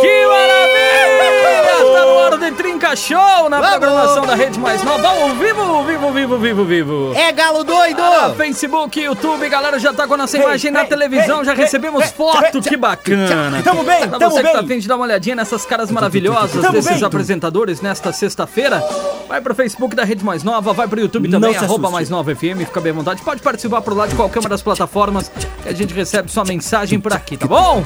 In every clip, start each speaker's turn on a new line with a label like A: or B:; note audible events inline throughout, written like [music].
A: Que maravilha! Tá no ar do Trinca Show na programação da Rede Mais Nova. Ao vivo, vivo, vivo, vivo, vivo.
B: É galo doido!
A: Ah, Facebook, YouTube, galera já tá com a nossa imagem na
B: ei,
A: televisão,
B: ei,
A: já
B: ei,
A: recebemos
B: ei,
A: foto,
B: ei,
A: que bacana.
B: Tamo bem,
A: Pra
B: tamo
A: você que tá
B: bem.
A: afim de dar uma olhadinha nessas caras maravilhosas
B: Tamo
A: desses
B: bem.
A: apresentadores nesta sexta-feira, vai pro Facebook da Rede Mais Nova, vai pro YouTube
B: Não
A: também,
B: se
A: arroba
B: assuste.
A: Mais Nova FM, fica bem à vontade. Pode participar por lá de qualquer uma das plataformas que a gente recebe sua mensagem por aqui, tá bom?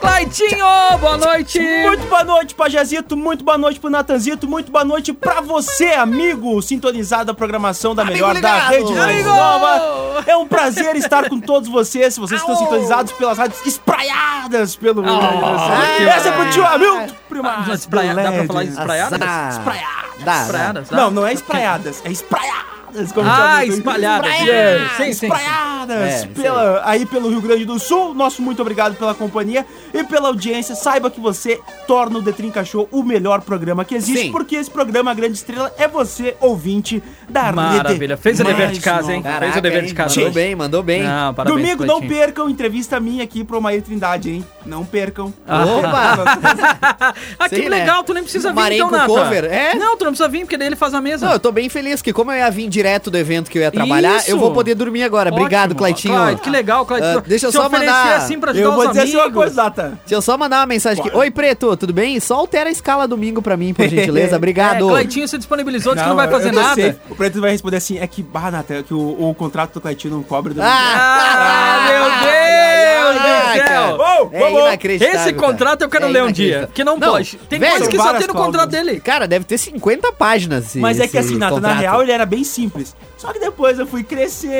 A: Claitinho, boa noite!
B: Muito boa noite, Pajazito. Muito boa noite pro Natanzito. Muito boa noite pra você, amigo sintonizado à programação da melhor da
C: ligado.
B: Rede Mais
A: Amigo!
B: Nova. É um prazer estar com todos vocês. Se vocês estão sintonizados pelas rádios espraiadas pelo.
A: que
B: Essa é pro tio Hamilton,
A: Ah,
B: prima.
A: espraia- dá pra falar
C: Azar.
A: espraiadas?
B: Espraiadas.
C: Dá, dá.
A: Espraiadas, dá?
B: Não, não é espraiadas, é espraiadas. Como
A: Ah,
B: diz a música.
A: espalhadas.
C: Espraiadas.
A: Yeah. Sim, sim, sim.
C: É,
B: Espraiadas
C: isso aí.
B: pela- aí pelo Rio Grande do Sul. Nosso muito obrigado pela companhia e pela audiência. Saiba que você torna o Detrinca Show o melhor programa que existe,
C: Sim.
B: porque esse programa, a grande estrela, é você, ouvinte da Rede
A: Maravilha. Fez o
B: Mais
A: dever de casa, hein?
B: Nova.
A: Fez o dever de
C: hein?
A: casa
C: Mandou
A: hoje.
C: bem, mandou bem.
A: Não, parabéns,
B: Domingo, não
A: Claitinho.
B: percam entrevista minha aqui pro Maria Trindade, hein? Não percam.
A: [laughs]
C: Opa!
A: [laughs] Ah, que
C: Sei, né?
A: legal, tu nem precisa vir
C: Marengo
A: então, Nata.
C: cover, é?
A: Não, tu não precisa vir, porque daí ele faz a mesa.
C: Não, eu tô bem feliz que como eu ia vir direto do evento que eu ia trabalhar,
A: Isso.
C: eu vou poder dormir agora. Obrigado,
A: Ótimo.
C: Claitinho.
A: Clyde, que legal, Claytinho.
C: Ah, deixa eu só mandar-
A: assim pra ajudar
B: Eu vou
A: os
B: dizer assim uma
A: amigos.
B: coisa, Data.
C: Deixa eu só mandar uma mensagem aqui.
B: Bora.
C: Oi, Preto, tudo bem? Só altera a escala domingo
A: [laughs]
C: pra mim, por gentileza. Obrigado.
A: É, Claytinho se disponibilizou, disse que não vai
B: eu- eu
A: fazer
B: não
A: nada.
B: sei. O Preto vai responder assim: é que, bah, Nata, é que o, o contrato do Claitinho não cobre. do-
A: Ah,
C: [laughs]
A: meu Deus
C: Ah,
A: do
C: cara.
A: céu.
B: Uou,
C: É
B: uou, uou.
C: inacreditável.
A: Esse contrato
C: cara.
A: eu quero
C: É
A: ler um
C: inacreditável.
A: dia. Porque não,
C: Não,
A: pode. Tem
C: velho,
A: coisa que só
B: várias
A: tem no contrato
B: cláusulas.
A: dele.
C: Cara, deve ter 50 páginas. esse-
B: Mas é que
C: esse
B: assim, Nata, na
C: contrato.
B: real ele era bem simples. Só que depois eu fui crescendo.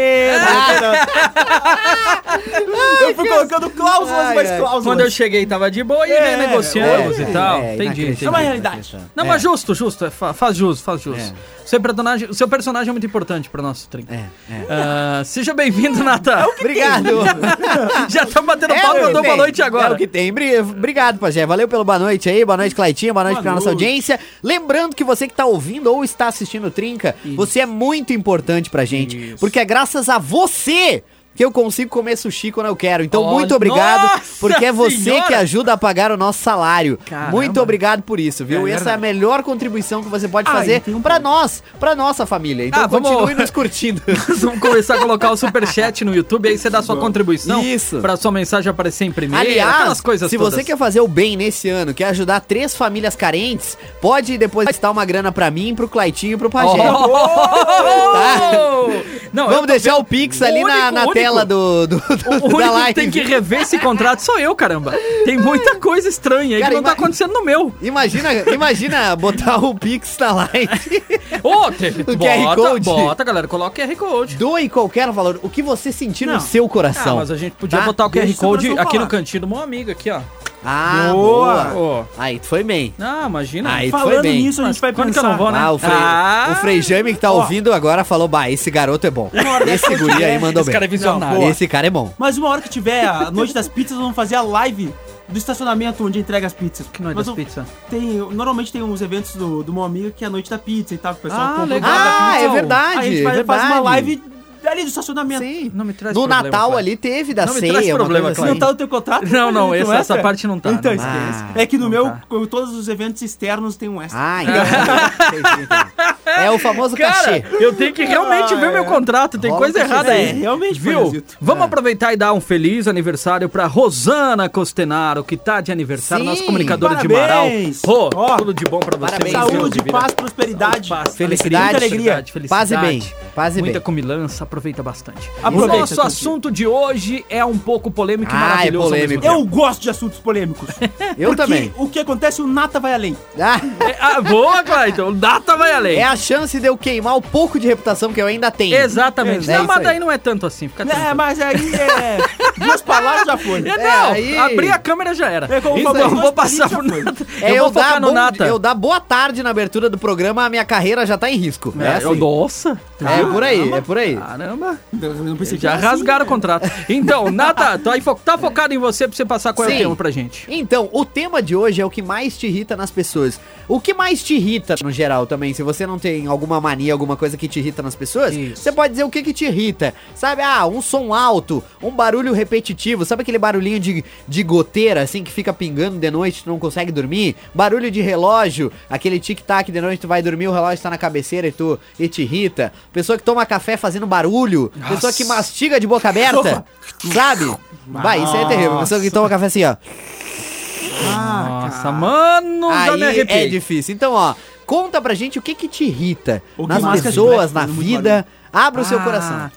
B: eu
C: [laughs]
B: fui colocando cláusulas
C: Ah! Ai,
B: mais
C: ai.
B: cláusulas.
A: Quando eu cheguei, tava de boa e
B: É,
A: renegociamos e tal. entendi,
C: inacreditável,
A: entendi.
B: É uma realidade.
C: inacreditável.
A: Não,
C: É.
A: mas justo, justo. é, fa- faz justo, faz justo. Seu personagem, o seu personagem é muito importante pra nosso trinco.
C: É, é.
A: Ah, seja bem-vindo, Natan.
C: [laughs] Obrigado.
A: [laughs] Já tá batendo
C: É
A: papo,
C: o
A: eu
C: que
A: dou boa
C: tem.
A: noite
C: É
A: agora.
C: o que tem. Bri- Obrigado, Pajé. Valeu pelo boa noite aí. Boa noite, Claitinho. Boa noite
B: Boa
C: pra nossa
B: noite.
C: audiência. Lembrando que você que tá ouvindo ou está assistindo o Trinca, você é muito importante pra gente. Porque é graças a você que eu consigo comer sushi quando eu quero. Então,
A: Olha-
C: muito obrigado,
A: Nossa
C: porque é você
A: Senhora!
C: que ajuda a pagar o nosso salário.
A: Caramba.
C: Muito obrigado por isso, viu?
B: É
C: Essa é a
B: verdade.
C: melhor contribuição que você pode
B: Ah,
C: fazer
B: então
C: pra nós, pra nossa família. Então,
A: um Ah, vamos-
C: continue
A: [laughs]
C: nos curtindo.
A: Nós Vamos começar a colocar o superchat no YouTube, aí você dá sua contribuição.
C: Isso.
A: Pra sua mensagem aparecer em primeiro.
C: Aliás,
A: aquelas coisas
C: se
A: todas.
C: você quer fazer o bem nesse ano, quer ajudar três famílias carentes, pode depois estar uma grana pra mim, pro Claitinho e pro
A: Oh!
C: Pajé.
A: [laughs] Não,
C: Tá. Vamos
A: Vamos eu,
C: deixar o Pix ali na,
A: único,
C: na
A: único.
C: tela do, do, do-
A: o
C: da
A: único que
C: live.
A: tem que rever esse contrato sou eu, caramba. Tem muita coisa estranha aí
C: Cara,
A: que não tá
C: ima-
A: acontecendo no meu.
C: Imagina, imagina botar o Pix na
A: [laughs]
C: live.
A: Ô, teve.
C: [laughs] O
A: bota,
C: QR Code.
A: bota, galera, coloca o QR Code.
C: Doe qualquer valor, o que você sentir no
B: Não.
C: seu
A: Ah,
C: coração.
A: mas a gente podia
C: Tá?
A: botar o QR
B: Deixa o
A: Code
B: Brasil
A: aqui
B: falar.
A: no cantinho do meu amigo, aqui, ó.
C: Ah, boa.
B: Boa.
A: Ó.
C: Aí, tu foi bem.
A: Ah, imagina.
C: Aí tu foi
B: Falando
C: bem.
B: nisso, a gente vai
A: Quando que eu
B: pensar.
A: não vou, né?
C: Ah, o Frei,
A: Ah.
C: o Frei Jame que tá ouvindo agora falou, bah, esse garoto é bom. Esse guri aí mandou
A: Esse cara é
C: bem.
A: visionário.
B: boa.
C: Esse cara é bom.
B: Mas uma hora que tiver a noite das pizzas, vamos fazer a live do estacionamento onde entrega as pizzas.
A: Que noite
B: Mas
A: é das
B: eu-
A: pizzas?
B: Tem, normalmente tem uns eventos do, do meu amigo que é a noite da pizza e tal, que o pessoal
A: Ah,
B: compra o
A: legal.
B: lugar da
C: Ah,
B: pizza.
C: é
B: Aí
C: verdade.
B: a gente
C: é
B: faz, faz
C: verdade.
B: uma live ali do estacionamento.
C: Sim.
A: Não me traz
C: no
A: problema,
C: Natal
A: Cleide.
C: ali teve da
A: Não me
C: ceia.
A: traz
C: uma
A: problema,
C: coisa assim.
B: Isso
A: Cleide.
B: não tá no teu contrato?
A: Não, não, essa-
B: extra?
A: essa parte não tá,
B: Então
A: não.
B: esquece.
C: Ah,
B: É que no
A: não
B: meu,
A: tá.
B: eu- todos os eventos externos tem um extra.
C: Ah, então. é o famoso
A: Cara,
C: cachê.
A: eu tenho que realmente ver meu contrato. Tem
C: Ah, é. Rola
A: coisa
C: um cachê.
A: errada aí.
B: É, realmente,
A: viu?
B: Franzito.
C: É.
A: Vamos aproveitar e dar um feliz aniversário pra Rosana Costenaro, que tá de aniversário,
C: Sim,
A: nossa comunicadora
B: parabéns.
A: de Marau. Rô,
B: Ó,
A: tudo de bom pra você.
C: parabéns.
A: meu Deus
B: Saúde,
A: de vida.
B: paz, prosperidade.
A: Paz,
C: Felicidade,
B: muita alegria.
A: felicidade,
C: Paz e bem,
A: felicidade.
C: paz e
A: Muita
C: bem.
A: comilança, aproveita bastante.
B: Aproveita,
A: o nosso
B: Tuti.
A: assunto de hoje é um pouco polêmico e
C: Ah, é
A: maravilhoso. ao
C: polêmico.
A: mesmo
B: Eu gosto de assuntos polêmicos.
C: Eu
B: Porque
C: também.
B: O que acontece, o Nata vai além.
C: Ah,
A: tempo. É, ah, boa, Clayton. Data vai além.
C: é a chance de eu queimar o pouco de reputação que eu ainda tenho.
A: Exatamente.
C: É
A: não,
C: isso
A: mas
C: aí.
A: daí não é tanto assim. Fica
B: É,
A: tranquilo.
B: mas aí é. Duas palavras já foi.
A: É, não,
C: aí-
A: abri a câmera já era.
B: É como
A: Isso
B: falou,
A: aí, eu vou
B: dois
A: passar pro
B: políticos já
A: Nata.
C: É eu,
A: eu vou
C: dar
A: focar no
C: bom-
A: Nata.
C: eu dar boa tarde na abertura do programa, a minha carreira já tá em risco.
A: É, eu- É, ah, Nossa,
C: É, é por aí, é por aí.
A: Caramba.
B: Eu não pensei que
A: Já
B: era assim,
A: rasgaram
B: né?
A: o contrato. Então,
C: [laughs]
A: nada, tá, aí fo- tá focado em você pra você passar qual é o
C: Sim.
A: tema pra gente.
C: Então, o tema de hoje é o que mais te irrita nas pessoas. O que mais te irrita no geral também, se você não tem alguma mania, alguma coisa que te irrita nas pessoas,
A: Isso.
C: você pode dizer o que que te irrita. Sabe, ah, um som alto, um barulho repetitivo, sabe aquele barulhinho de, de goteira, assim, que fica pingando de noite, tu não consegue dormir? Barulho de relógio, aquele tic-tac de noite, tu vai dormir, o relógio tá na cabeceira e tu e te irrita. Pessoa que toma café fazendo barulho, pessoa que mastiga de boca aberta, sabe? Vai, isso aí é terrível. Pessoa que toma café assim, ó.
A: Nossa, mano, já me
C: Ah, Aí
A: arrepiei.
C: é difícil. Então, ó, conta pra gente o que que te irrita
B: O que
C: nas
B: mais que a gente
C: pessoas,
B: vai
C: na
B: fazendo muito
C: vida. Abra o seu
A: Ah.
C: coração.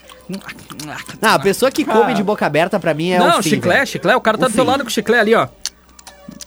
C: Não, a pessoa que come de boca aberta pra mim é o
A: Não,
C: fim,
A: chiclete, chiclete, o cara tá do teu
C: fim.
A: lado com o chiclete ali, ó.
C: velho.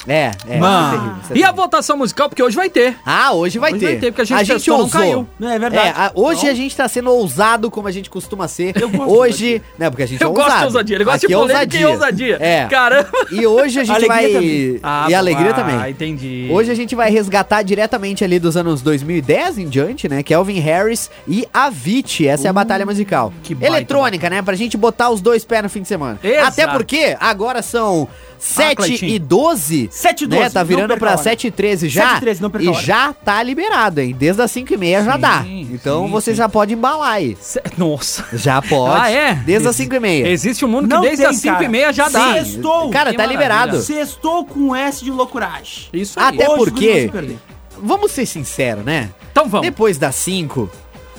C: É, é.
B: Mano.
C: isso é terrível, isso é
A: E a
C: terrível.
A: votação musical, porque hoje vai ter.
C: Ah, hoje vai
A: Hoje
C: ter.
A: vai ter, porque a gente testou, não
C: ousou.
A: caiu.
B: Não, é verdade.
C: É, a- hoje a gente tá sendo ousado como a gente costuma ser.
B: gosto
C: hoje, né, porque a gente
A: Eu
C: é ousado.
A: gosto de ousadia, ele gosta
C: Aqui
A: de
C: é
A: polêmica e ousadia.
C: É.
A: Caramba.
C: E hoje a gente
B: Alegria
C: vai
B: também.
A: Ah,
C: e alegria
A: ah,
C: também.
A: entendi.
C: Hoje a gente vai resgatar diretamente ali dos anos 2010 em diante, né? Kelvin Harris e Avicii. Essa é a batalha musical.
A: que baita.
C: Eletrônica, né? Pra gente botar os dois pés no fim de semana.
A: Exato.
C: Até porque agora são 7
A: Cleitinho.
C: e 12.
B: 7 e 12,
C: Né? Tá
B: não
C: virando
B: perca a
C: pra
B: hora.
C: 7 e 13 já.
B: 7 e 13, não perca a
C: E
B: hora.
C: já tá liberado, hein? Desde as 5 e meia já
A: Sim,
C: dá. Então
A: sim,
C: você
A: sim.
C: já pode embalar aí.
A: Cê- Nossa.
C: Já pode.
A: Ah, é?
C: Desde as 5 e meia.
A: Existe um mundo que
B: Não
A: desde
B: tem,
A: as 5
B: cara.
A: e meia já dá.
B: Sim. Estou.
C: Cara,
A: Que
C: tá
A: maravilha.
C: liberado.
B: Sextou com S de loucuragem.
A: Isso aí.
C: Até
B: Hoje você
C: porque,
B: não perde.
C: vamos ser sinceros, né?
A: Então vamos.
C: Depois das 5,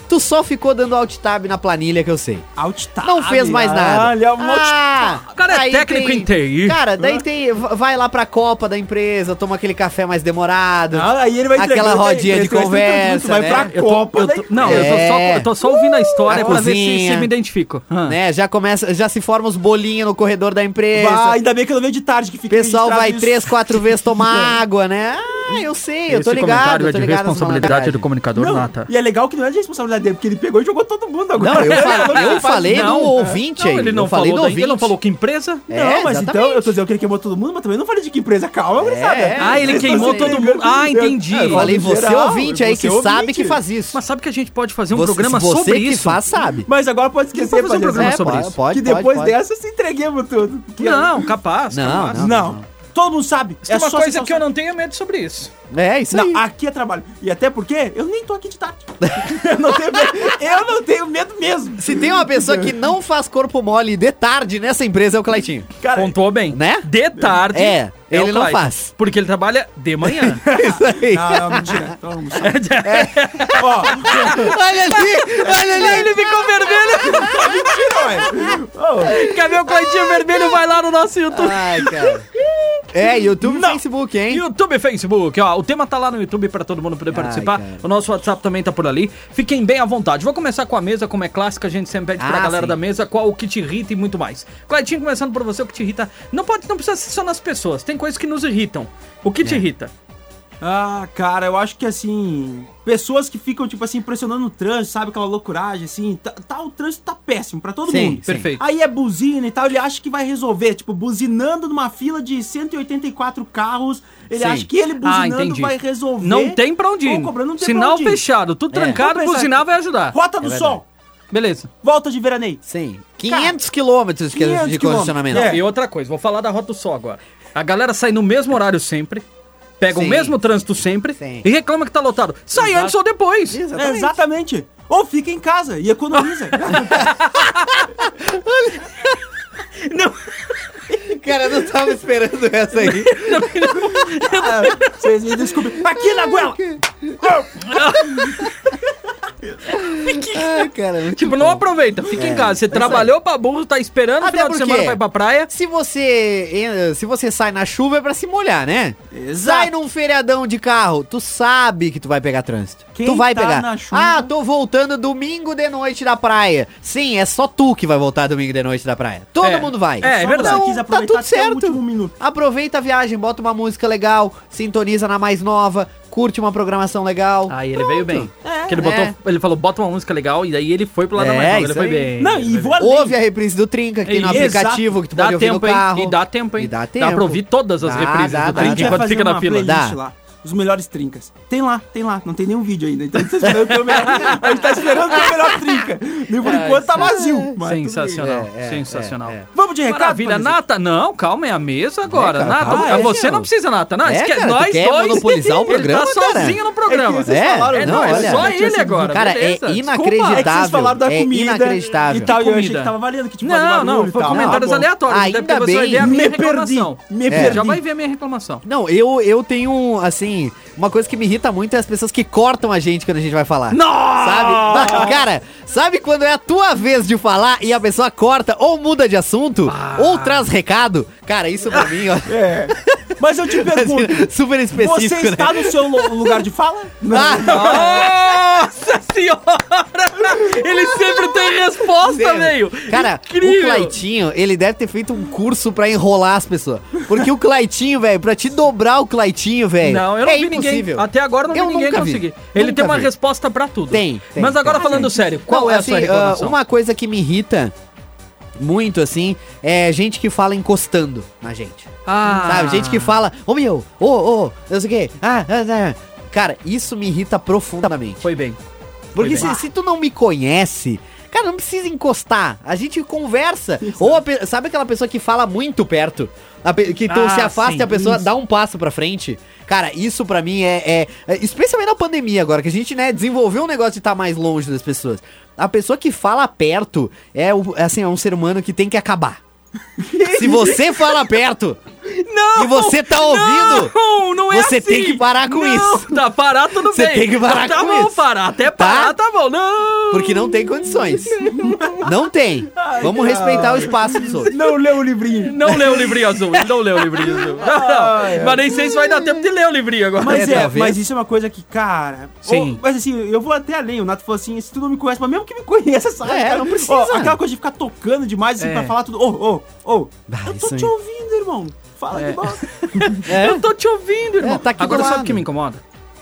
C: tu só ficou dando alt tab na planilha que eu sei.
B: Alt
A: Tá
B: tab.
C: Não fez mais nada.
B: Olha, um alt-
C: Ah,
A: O cara é
C: aí
A: técnico
C: tem-
A: em TI.
C: Cara, daí tem. v- Vai lá pra Copa da empresa, toma aquele café mais demorado.
B: Ah, aí ele vai
C: Aquela
B: entregando,
C: rodinha de
B: três, três, três, três, três,
C: conversa.
B: vai
C: né?
B: pra
A: Eu tô-
B: Copa,
A: eu
B: né?
A: tô- Não, eu tô,
C: É.
A: só, eu tô só ouvindo a história
C: A
A: pra ver se,
C: cozinha.
A: se me identifico. Ah.
C: Né, já começa, já se forma os bolinhos no corredor da empresa.
B: Vai, ainda bem que eu não veio de tarde que
C: o
B: fica
C: É pessoal vai
B: registrado isso.
C: três, quatro vezes tomar água, né? Ah, eu sei, eu tô
A: Esse
C: ligado,
A: comentário é
C: eu tô
A: de
C: ligado. nessa
A: responsabilidade do
C: malandragem.
A: comunicador,
B: Não,
A: Nata.
B: E é legal que não é de responsabilidade dele, porque ele pegou e jogou todo mundo agora.
C: Não, eu,
B: [laughs]
C: fal- eu falei
A: Não,
C: do ouvinte aí.
A: Não, ele
C: eu
A: não
C: falei
A: falou,
C: do
A: da- ele não
C: ouvinte.
A: falou que empresa?
C: É,
B: não, mas então,
C: exatamente.
B: eu tô dizendo que ele queimou todo mundo, mas também não falei de que empresa. Calma, gurizada. Então, assim,
C: é.
A: Ah, ele
B: Vocês
A: queimou
B: estão se
A: todo mundo. Ah,
B: enganando.
A: entendi.
C: Eu falei,
B: É, Em
C: você é
B: geral,
C: ouvinte aí
B: você é
C: que sabe
B: ouvinte.
C: que faz isso.
A: Mas sabe que a gente pode fazer um
C: Você-
A: programa
C: você
A: sobre
C: que
A: isso?
C: faz, sabe.
B: Mas agora pode esquecer,
A: Vamos fazer um
B: Padre.
A: programa
C: É,
A: sobre
C: pode,
A: isso.
C: pode,
B: que depois
C: pode, pode.
B: dessa se entreguemos tudo. Que-
A: Não, capaz.
C: Não,
A: capaz.
C: não.
B: não. Todo mundo sabe.
A: Isso é uma
B: só
A: coisa
B: sensação.
A: que eu não tenho é medo sobre isso.
C: É, isso aí.
B: Não, aqui é trabalho. E até porque eu nem tô aqui de tarde. [laughs] eu, não tenho medo, eu não tenho medo mesmo.
C: Se tem uma pessoa que não faz corpo mole de tarde nessa empresa, é o Cleitinho.
B: Cara,
A: Pontuou bem.
C: Né?
A: De tarde.
C: É,
A: o
C: ele não
A: Clayton,
C: faz.
A: Porque ele trabalha de manhã.
C: Isso aí.
B: Não, não, mentira. Então, vamos só. Ó,
C: Olha ali, [laughs] olha ali.
A: ele ficou vermelho.
B: é
A: Quer ver o Cleitinho vermelho? Vai lá no nosso YouTube.
C: Ai, cara. É, YouTube e Facebook, hein?
A: YouTube e Facebook, ó. O tema tá lá no YouTube pra todo mundo poder participar.
C: cara.
A: O nosso WhatsApp também tá por ali. Fiquem bem à vontade. Vou começar com a mesa, como é clássica, a gente sempre pede pra
C: Ah,
A: galera
C: sim.
A: da mesa qual o que te irrita e muito mais. Cleitinho, começando por você, o que te irrita. Não pode, não precisa ser só nas pessoas. Tem coisas que nos irritam. O que te
C: É.
A: irrita?
B: Ah, cara, eu acho que assim. Pessoas que ficam, tipo assim, pressionando o trânsito, sabe? Aquela loucuragem, assim. Tá, tá- o trânsito tá péssimo pra todo
C: Sim,
B: mundo.
C: sim.
A: Perfeito.
B: Aí é buzina e tal, ele acha que vai resolver. Tipo, buzinando numa fila de 184 carros, ele
C: Sim.
B: acha que ele buzinando
A: Ah, entendi.
B: vai resolver.
A: Não tem pra onde ir.
B: Ou cobrando, não tem pra
A: Sinal
B: onde ir.
A: fechado, É tudo
C: É.
A: trancado,
B: Vamos pensar
A: buzinar
B: aqui.
A: vai ajudar.
B: Rota do
C: verdade.
B: Sol,
A: Beleza.
B: volta de veraneio.
C: Sim. 500 quilômetros que-
B: 500
C: de
B: quilômetros.
C: condicionamento.
B: É.
A: E outra coisa, vou falar da Rota do Sol agora. A galera sai no mesmo horário sempre, pega o
C: Sim.
A: mesmo trânsito sempre
C: Sim.
A: e reclama que tá lotado. Sai antes ou depois.
B: É, Exatamente. Ou fica em casa e
A: [laughs]
B: economiza.
A: Não,
C: Cara, eu não tava esperando essa aí.
B: Ah, [laughs] Vocês me desculpem. Aqui na goela!
C: Ai, cara. é muito
A: [laughs] tipo,
C: bom. É,
A: não aproveita, fica em casa. Você trabalhou pra burro, tá esperando,
C: Até
A: final de
C: porque-
A: semana vai pra praia.
C: Se você, eh, se você sai na chuva é pra se molhar, né?
B: Exato.
C: Sai num feriadão de carro, tu sabe que tu vai pegar trânsito.
B: Quem
C: tu vai
B: tá
C: pegar.
B: na chuva-
C: Ah, tô voltando domingo de noite da praia. Sim, é só tu que vai voltar domingo de noite da praia. Todo
A: É.
C: mundo vai.
A: É, é
B: Só
A: verdade.
B: você
C: Então,
B: quis
C: tá
B: aproveitar
C: tudo
B: até o
C: certo.
B: último minuto.
C: Aproveita a viagem, bota uma música legal, sintoniza na mais nova, curte uma programação legal.
A: Aí ele veio bem.
C: É,
A: que ele,
C: né?
A: botou, ele falou, bota uma música legal, e daí ele foi pro lado da
C: É,
A: mais nova, ele
C: isso
A: foi
C: aí.
A: bem.
B: Não,
A: ele foi
B: e vou
A: bem.
B: além.
C: Ouve a reprise do Trinca que tem no
B: Exato.
C: aplicativo que tu pode
A: É Dá
C: ouvir no
A: tempo, hein?
C: carro.
A: E dá tempo, hein?
C: E dá
A: Dá
C: tempo.
A: pra ouvir todas as
C: Dá,
A: reprises
C: dá,
A: do
C: dá.
B: A
A: Drink
B: gente vai
A: enquanto
B: fazer
A: fica na
B: uma
A: fila.
C: playlist.
B: playlist
C: Dá.
B: lá. os melhores trincas. Tem lá, tem lá. Não tem nenhum vídeo ainda. Então a gente tá esperando pelo melhor. A gente tá esperando pelo melhor trinca. E por enquanto tá vazio. mas tudo bem.
A: Sensacional,
C: É, é,
A: sensacional.
C: é, é.
B: Vamos de recado?
A: Maravilha,
B: Padrezinho?
A: Nata, não, calma, é a mesa agora.
C: É, cara,
A: Nata,
C: calma, é,
A: você
C: meu.
A: não precisa, Nata. Não,
C: É,
A: esquece,
C: cara, tu
A: nós
C: quer
A: dois.
C: monopolizar o programa,
A: ele tá
C: cara?
A: sozinho no
B: É
A: programa.
B: que vocês falaram,
A: É,
B: não,
A: não, é
B: olha,
A: só
B: eu tinha
A: ele
B: sido-
A: agora.
C: Cara,
A: beleza.
C: é
A: Desculpa.
B: É que vocês falaram
C: inacreditável.
B: da
C: É
B: comida
C: inacreditável.
B: e tal, e eu achei
A: Comida.
B: que tava valendo, que tipo, fazia
A: Não,
B: barulho
A: não,
B: e
A: foi
B: tal.
A: comentários
B: Ah, bom.
A: aleatórios.
C: Tá Ainda
A: até porque você vai
C: bem.
A: ler a minha
B: Me perdi,
A: reclamação.
B: me
A: É, Já
B: perdi.
A: vai ver a minha reclamação.
C: Não, eu, eu tenho, assim, uma coisa que me irrita muito é as pessoas que cortam a gente quando a gente vai falar.
A: Nossa!
C: Sabe? [laughs] Cara, sabe quando é a tua vez de falar e a pessoa corta ou muda de assunto ou traz recado? Cara, isso pra mim, ó. [laughs] assim,
B: É. Mas eu te pergunto,
C: Super
B: você
C: [laughs] específico, né?
A: [laughs]
B: está no seu lu- lugar de fala?
C: Ah,
A: Nossa senhora! Ele sempre tem resposta, meio.
C: Cara, o Claitinho, ele deve ter feito um curso pra enrolar as pessoas. Porque o Claitinho, velho, pra te dobrar o Claitinho, velho.
A: Não, eu não
C: é
A: vi ninguém.
C: impossível.
A: Até agora eu não
C: Eu
A: vi ninguém
C: nunca vi.
A: conseguir. Ele
C: Nunca
A: tem uma
C: vi.
A: resposta pra tudo.
C: Tem, tem,
A: Mas agora
C: tem.
A: falando sério, qual
C: Não,
A: é a
C: assim,
A: sua
C: ah,
A: reclamação?
C: uma coisa que me irrita muito, assim, é gente que fala encostando na gente.
A: Ah.
C: Sabe? Gente que fala, ô meu, ô, ô, não sei o quê. Ah, ah, ah. Cara, isso me irrita profundamente.
A: Foi bem.
C: Porque
A: Foi bem.
C: se, se tu não me conhece, cara, não precisa encostar. A gente conversa. Ou a pe- sabe aquela pessoa que fala muito perto? A pe- que tu
A: Ah,
C: se afasta
A: sim,
C: e a pessoa dá um passo pra frente. Cara, isso pra mim é, é- é- Especialmente na pandemia agora, que a gente, né, desenvolveu um negócio de estar mais longe das pessoas. A pessoa que fala perto é, o- é assim, é um ser humano que tem
A: [laughs]
C: que acabar. se você fala perto
A: Não!
C: e você tá ouvindo.
A: Não, não é
C: Você
A: assim.
C: tem que parar com
A: Não,
C: isso.
A: Tá, parar tudo
C: Você
A: bem.
C: tem que parar
A: tá
C: com
A: bom,
C: isso.
A: parar. Até parar, tá, bom. Não!
C: Porque não tem condições. Não tem. Vamos respeitar o espaço dos outros.
B: Não leu o livrinho.
A: Não leu o livrinho azul, ele não leu o livrinho
C: [laughs]
A: azul. Não, não. Mas nem sei se vai dar tempo de ler o livrinho agora.
B: [laughs] Mas
C: É,
B: é,
C: talvez.
B: mas isso é uma coisa que, cara.
A: Sim.
B: ou- mas assim, eu vou até além. O Nato falou assim: se tu não me conhece, mas mesmo que me conheça, sabe?
C: É,
B: cara?
C: não precisa.
B: Ó, aquela coisa de ficar tocando demais, assim,
A: É.
B: pra falar tudo. Ô, ô, ô.
C: Ah,
B: Eu
C: isso
B: tô
C: aí.
B: te ouvindo, irmão. Fala
A: É. [laughs]
B: de bosta.
C: É?
A: Eu tô te ouvindo, irmão.
C: É, tá aqui do
A: agora sabe
C: lado.
A: o que me incomoda?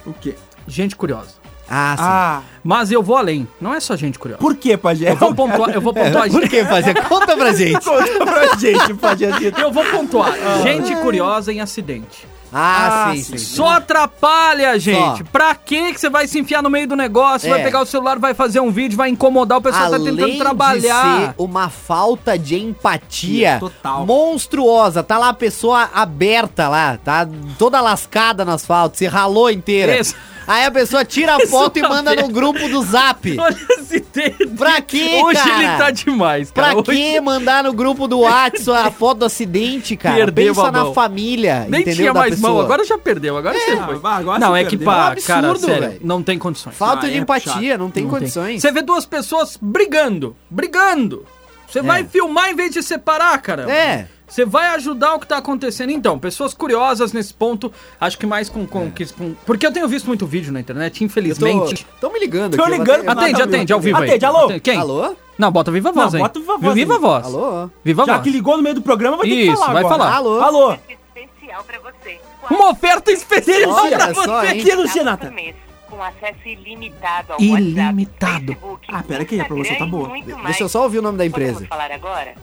B: O quê?
A: Gente curiosa.
C: Ah, sim.
B: Ah,
A: Mas eu vou além. Não é só gente curiosa.
B: por quê, Pajé? [laughs]
A: Eu vou pontuar, eu vou pontuar.
C: É, [laughs] Por que fazer? Conta [laughs] pra gente.
B: Conta pra gente, Pajé. assim,
A: Eu vou pontuar. Gente curiosa em acidente.
C: Ah,
B: Ah,
C: sim,
B: sim.
C: sim.
A: Só atrapalha, gente.
C: Só.
A: Pra que que você vai se enfiar no meio do negócio, vai
C: É.
A: pegar o celular, vai fazer um vídeo, vai incomodar o pessoal que tá tentando
C: de ser
A: trabalhar.
C: uma falta de empatia
B: Total.
C: monstruosa. Tá lá a pessoa aberta lá, tá toda lascada no asfalto, se ralou inteira.
A: Isso.
C: Aí a pessoa tira a foto e
A: Pessoa
C: manda no
A: aberta.
C: grupo do zap.
A: [laughs] Olha esse dedo.
C: Pra quê,
A: Hoje
C: cara?
A: ele tá demais, cara.
C: Pra
A: Hoje-
C: que mandar no grupo do WhatsApp a foto do acidente, cara?
A: Perdeu
C: Pensa
A: a
C: na
A: mão.
C: família,
A: Nem
C: entendeu?
A: tinha
C: da
A: mais mão,
C: pessoa.
A: agora já perdeu, agora você foi.
B: ah, agora
A: não,
B: você
A: é que
B: perdeu.
A: pá,
C: É um absurdo,
A: cara, sério,
C: velho.
A: não tem condições.
C: Falta
B: Ah,
C: de
B: é
C: empatia,
B: chato.
C: não tem
A: um Não tem.
C: condições.
A: Você vê duas pessoas brigando, brigando. Você vai filmar em vez de separar, cara.
C: É.
A: Você vai ajudar o que tá acontecendo. Então, pessoas curiosas nesse ponto, acho que mais com... com, que- com- porque eu tenho visto muito vídeo na internet,
C: É. Eu tô-
A: infelizmente.
C: Tão me ligando
B: Tão
C: eu
B: ligando
C: vou até-
B: pra
A: Atende,
B: Nada,
A: atende,
B: meu.
A: ao vivo aí.
B: Atende, alô?
A: Atende, Quem?
C: Alô?
A: Não, bota viva a voz
B: Não,
A: aí.
B: bota viva a voz
A: Viva
B: aí.
A: a voz.
C: Alô?
A: Viva a
B: Já
A: voz.
B: que ligou no meio do programa, vai ter
A: Isso,
B: que falar
A: vai
B: agora.
A: falar.
C: Alô?
B: Alô.
D: especial para você.
A: Uma oferta especial
C: Olha
A: pra
C: só,
A: você.
C: hein?
B: Aqui, Luciana.
D: Por mês, Com acesso ilimitado ao
A: Ilimitado.
D: WhatsApp, Facebook,
B: Ah, pera que a promoção tá
D: Instagram e
B: boa.
D: muito mais.
C: Deixa eu só ouvir o nome da empresa.
D: Podemos falar agora?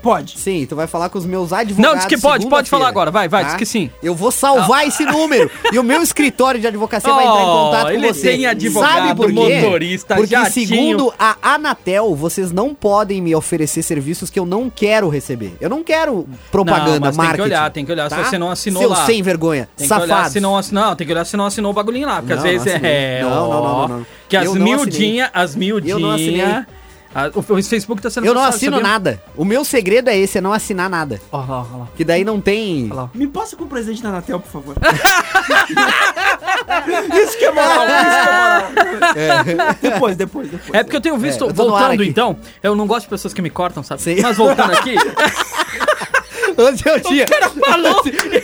B: Pode.
C: Sim, tu vai falar com os meus advogados.
A: Não, diz que pode, pode
C: segunda-feira, Tá?
A: falar agora. Vai, vai, diz que sim. Ah.
C: Eu vou salvar esse número. E o meu escritório de advocacia vai entrar em
A: Oh,
C: contato
A: ele
C: com você.
A: tem advogado,
C: Sabe por quê?
A: motorista,
C: Porque
A: jatinho.
C: segundo a Anatel, vocês não podem me oferecer serviços que eu não quero receber. Eu não quero propaganda,
A: Não, mas tem que
C: marketing. Tá?
A: olhar, tem que olhar se você não assinou
C: Seu
A: lá.
C: sem vergonha,
A: Tem que olhar
C: safado.
A: se não assinou. Não, tem que olhar se não assinou o bagulhinho lá. Porque
C: Não,
A: às vezes
C: não assinei.
A: é.
C: Não,
A: ó,
C: não, não, não, não.
A: Que as
C: Eu não
A: miudinhas, as
C: Eu não assinei.
A: miudinhas. O o Facebook tá sendo
C: Eu não
A: processado,
C: assino
A: sabia?
C: nada. O meu segredo é esse, é não assinar nada.
A: Ó lá, ó lá.
C: Que daí não tem.
A: Olha lá.
B: Me passa com o presidente da Anatel, por
C: [laughs]
B: favor. isso que é moral, isso que é moral. Depois, depois, depois.
A: É porque eu tenho visto,
C: É, eu tô no ar
A: voltando
C: aqui.
A: então, eu não gosto de pessoas que me cortam, sabe?
C: Sim.
A: Mas voltando
C: [laughs]
A: aqui,
C: Onde eu tinha.
A: falou.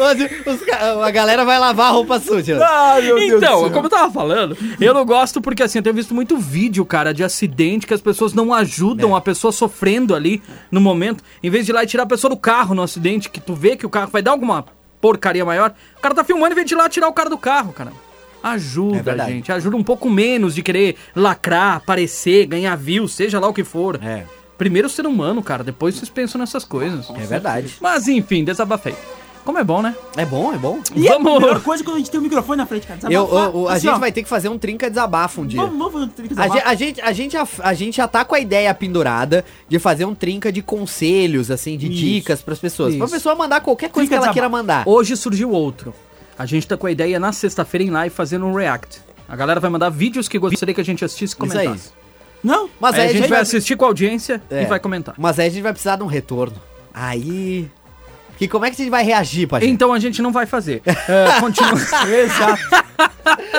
C: Onde os ca- a galera vai lavar a roupa suja.
B: Ah, meu
A: então,
B: Deus do céu.
A: como eu tava falando, eu não gosto porque assim, eu tenho visto muito vídeo, cara, de acidente que as pessoas não ajudam
B: É.
A: a pessoa sofrendo ali no momento, em vez de ir lá e tirar a pessoa do carro no acidente, que tu vê que o carro vai dar alguma porcaria maior, o cara tá filmando em vez de ir lá tirar o cara do carro, cara.
C: É
A: Ajuda,
C: verdade.
A: gente. Ajuda um pouco menos de querer lacrar, aparecer, ganhar view, seja lá o que for.
C: É.
A: Primeiro o ser humano, cara, depois vocês pensam nessas coisas.
C: É verdade.
A: Mas enfim, desabafei. Como é bom, né?
C: É bom, é bom.
B: E é a
A: Vamos.
B: melhor coisa é quando a gente tem o microfone na frente, cara.
C: Eu,
B: Desabafar.
C: o- o- a
B: Assim,
C: gente
B: ó,
C: vai ter que fazer um trinca desabafo um dia.
B: Vamos, vamos fazer um trinca
C: A,
B: desabafo.
C: ge- a gente, a, gente, já- a gente já tá com a ideia pendurada de fazer um trinca de conselhos, assim, de
B: Isso.
C: dicas pras pessoas. Pra
A: Isso.
C: pessoa mandar qualquer coisa
B: Trinca
C: que ela queira
B: desabafo.
C: mandar.
A: Hoje surgiu outro. A gente tá com a ideia na sexta-feira em live fazendo um react. A galera vai mandar vídeos que gostaria que a gente assistisse e
C: Isso aí.
A: comentasse.
B: Não?
C: Mas
A: Aí, a gente vai assistir com a audiência
C: É.
A: e vai comentar.
C: Mas aí a gente vai precisar de um retorno. Aí. Que como é que a gente vai reagir pra gente?
A: Então a gente não vai
B: [laughs]
A: fazer. É, continu-
B: Exato.
A: [laughs]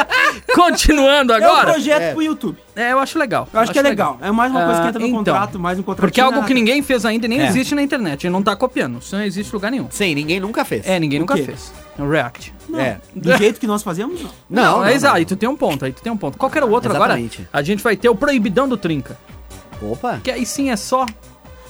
A: Continuando
B: É um
A: agora.
B: projeto
C: É.
B: pro YouTube.
A: É, eu acho legal.
B: Eu acho, que é legal. É mais uma coisa que
A: Ah,
B: entra no
A: então.
B: contrato, mais um contrato.
A: Porque é algo que ninguém fez ainda e nem
C: É.
A: existe na internet. A gente não tá copiando. Isso não existe em lugar nenhum.
C: Sim, ninguém nunca fez.
A: É, ninguém
B: O
A: nunca
B: quê?
A: fez. O react.
B: Não,
C: É.
B: Do jeito que nós fazemos, não.
C: Não, não,
A: é exato.
C: não.
A: Aí tu tem um ponto, aí tu tem um ponto. Qual que era o outro
C: Exatamente.
A: agora? A gente vai ter o proibidão do trinca.
C: Opa.
A: Que aí sim é só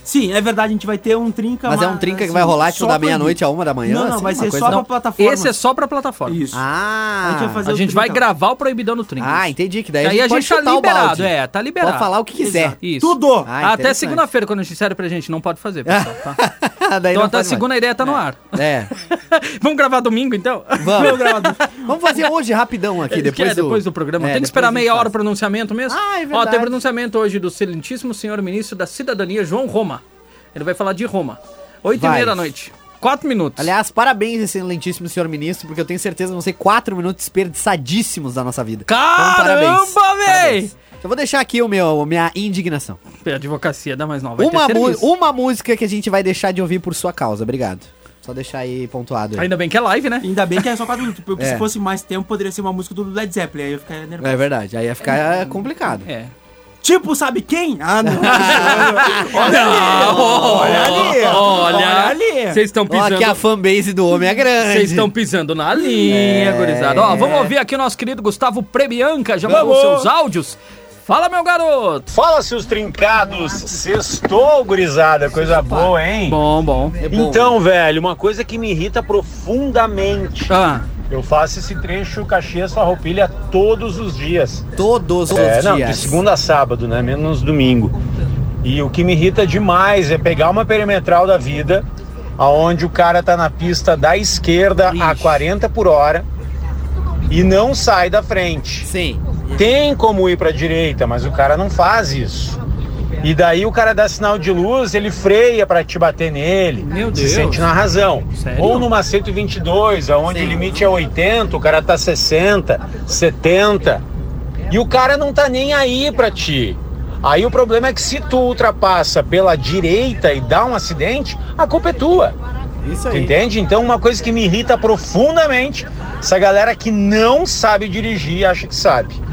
B: Sim, é verdade, a gente vai ter um trinca.
C: Mas é um trinca que vai rolar, tipo, da meia-noite à uma da manhã,
B: Não, não,
C: assim,
B: vai
C: uma
B: ser
C: coisa
B: só
C: não.
B: pra plataforma.
A: Esse é só pra plataforma.
B: Isso.
C: Ah.
B: A gente vai fazer-
A: A
B: o
A: gente vai
B: Trinca.
A: gravar o Proibidão no Trinca.
C: Ah, entendi. Que daí
A: Aí a
C: pode
A: gente tá
C: chutar o
A: liberado,
C: balde.
A: é, tá liberado.
C: Pode falar o que quiser.
A: Isso.
B: Tudo!
C: Ah,
A: até
C: interessante.
A: segunda-feira, quando a gente sério pra gente, não pode fazer, pessoal, tá? então
C: [laughs] daí não
A: até
C: pode mais.
A: segunda a ideia tá no ar. [laughs]
C: É.
A: Vamos gravar domingo,
C: [laughs]
A: então?
C: Vamos. Vamos fazer hoje rapidão aqui,
A: Depois,
C: depois,
A: do... É, depois do programa.
C: É,
A: Tem que
C: depois a
A: esperar
C: gente
A: meia hora o
C: faz.
A: pronunciamento mesmo?
C: Ah, é
A: Ó,
C: verdade.
A: tem pronunciamento hoje do excelentíssimo senhor ministro da Cidadania, João Roma. Ele vai falar de Roma. Oito e
C: Vai.
A: meia da noite. Quatro minutos.
C: Aliás, parabéns, excelentíssimo senhor ministro, porque eu tenho certeza que vão ser quatro minutos desperdiçadíssimos da nossa vida. Então,
A: Caramba, véi!
C: Parabéns. Eu vou deixar aqui o meu, minha indignação.
A: a advocacia da mais nova. Vai
C: Uma,
A: ter
C: mu-
A: serviço.
C: uma música que a gente vai deixar de ouvir por sua causa, obrigado. Só deixar aí pontuado. aí.
A: Ainda bem que é live, né?
B: Ainda bem que é só quatro minutos. Porque
C: É.
B: se fosse mais tempo, poderia ser uma música do Led Zeppelin. Aí eu ficaria nervoso.
C: É verdade, aí ia ficar complicado.
A: É.
B: Tipo, sabe quem?
A: [laughs]
B: Ah, não.
A: Olha
B: ali, olha ali.
A: Vocês estão
C: Ó,
A: pisando.
C: que a fanbase do homem é grande.
A: Vocês estão pisando na linha,
C: É.
A: gurizada. Ó, vamos ouvir aqui o nosso querido Gustavo Prebianca, já mandou seus áudios. Fala, meu garoto!
E: Fala, seus trincados! Sextou, gurizada, coisa boa, hein?
A: Bom, bom.
E: Então, velho, uma coisa que me irrita profundamente.
A: Ah,
E: Eu faço esse trecho Caxias Farroupilha todos os dias.
C: Todos os
E: É,
C: dias.
E: não, de segunda a sábado, né? Menos domingo. E o que me irrita demais é pegar uma perimetral da vida, aonde o cara tá na pista da esquerda a
A: Ixi.
E: 40 por hora e não sai da frente.
C: Sim.
E: Tem como ir para direita, mas o cara não faz isso. E daí o cara dá sinal de luz, ele freia para te bater nele.
A: Meu
E: se
A: Deus.
E: sente na razão.
A: Sério?
E: Ou numa 122, aonde
C: Sim.
E: o limite é 80, o cara tá 60, 70. E o cara não tá nem aí para ti. Aí o problema é que se tu ultrapassa pela direita e dá um acidente, a culpa é tua.
C: Isso
E: Tu
C: aí.
E: entende? Então, uma coisa que me irrita profundamente, essa galera que não sabe dirigir e acha que sabe.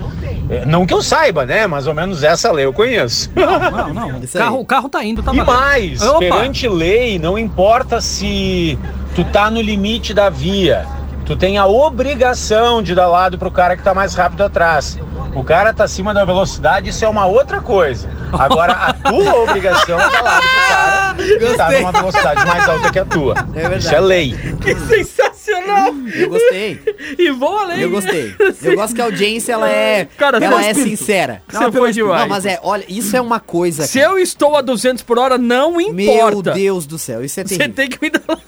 E: É, Não que eu saiba, né? Mais ou menos essa lei eu conheço.
A: não, não. O
C: Isso aí.
A: carro, o carro tá indo, tá
E: [laughs] E
A: valendo.
E: mais,
A: Opa.
E: perante lei, não importa se tu tá no limite da via, tu tem a obrigação de dar lado pro cara que tá mais rápido atrás. O cara tá acima da velocidade, isso é uma outra coisa. Agora,
C: [laughs]
E: a tua obrigação é dar lado pro cara que tá
C: Gostei.
E: numa velocidade mais alta que a tua.
C: verdade.
E: isso é lei.
A: Que sensacional!
C: Eu gostei.
A: E vou além.
C: Eu gostei. Eu gosto que a audiência, ela é,
A: Cara, pelo
C: ela é
A: espírito.
C: sincera.
A: Não, foi demais.
C: Não, mas é, olha, isso é uma coisa.
A: Se
C: cara.
A: eu estou a 200 por hora, não
C: Meu
A: importa.
C: Deus do céu, isso é
A: Você
C: terrível.
A: tem que me dar lá.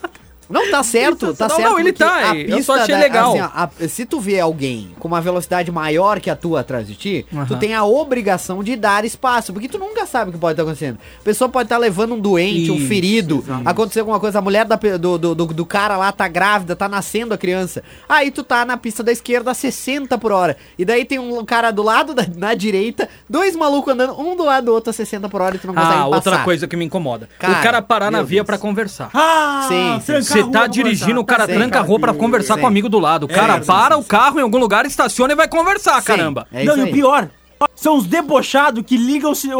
C: Não, tá certo,
A: Isso,
C: tá
A: não,
C: certo.
A: não, ele
C: porque
A: tá,
C: a
A: eu só
C: pista
A: achei legal.
C: assim, ó, a- se tu vê alguém com uma velocidade maior que a tua atrás de ti, tu
A: Aham.
C: tem a obrigação de dar espaço, porque tu nunca sabe o que pode estar acontecendo. A pessoa pode estar levando um doente, um
A: Isso,
C: ferido, aconteceu alguma coisa, a mulher da pe- do, do, do- do cara lá tá grávida, tá nascendo a criança. Aí tu tá na pista da esquerda a 60 por hora. E daí tem um cara do lado, da, na direita, dois malucos andando, um do lado do outro a 60 por hora e tu não consegue
A: Ah,
C: passar.
A: outra coisa que me incomoda.
C: Cara,
A: o cara parar na
C: meu
A: via
C: Deus.
A: pra conversar.
B: Ah,
C: Sim, sim.
B: tranca a
A: Você
B: rua
A: tá
B: pra
A: dirigindo,
B: conversar.
A: o cara
C: Tá
A: tranca a
C: certo.
A: rua pra conversar
C: Sim.
A: com o amigo do lado. O cara
B: sim,
A: para o carro em algum lugar, estaciona e vai conversar,
C: Sim,
A: caramba.
C: É
B: não,
C: isso
B: e
C: aí.
B: o pior, são os debochados que ligam o,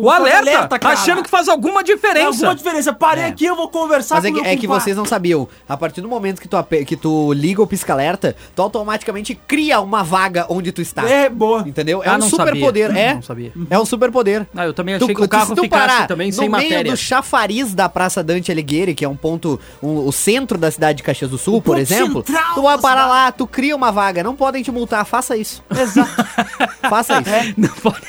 B: o,
A: O alerta, tá
B: cara.
A: achando que faz alguma
B: Tem
A: diferença.
B: alguma diferença. Parei
C: É.
B: aqui, eu vou conversar
C: Mas é
B: com
C: que,
B: meu
C: é que
B: compadre.
C: vocês não sabiam. A partir do momento que tu, ape- que tu liga o pisca-alerta, tu automaticamente cria uma vaga onde tu
A: tá.
C: está.
B: É, boa.
C: Entendeu? É
A: Ah,
C: um
A: não
C: superpoder.
A: sabia.
C: É.
A: Não sabia.
C: É um superpoder.
A: Ah, eu também
C: Tu-
A: achei que o carro
C: se tu
A: ficasse
C: parar
A: também
C: no
A: sem
C: meio
A: matéria.
C: do
A: [laughs]
C: chafariz da Praça Dante Alighieri, que é um ponto, um- o centro da cidade de Caxias do Sul, por
B: ponto
C: exemplo,
B: central
C: tu vai
B: da
C: parar
B: cidade.
C: lá,
B: É.
C: tu cria uma vaga, não podem te multar, [laughs] faça isso. Exato. faça isso.
A: Não pode.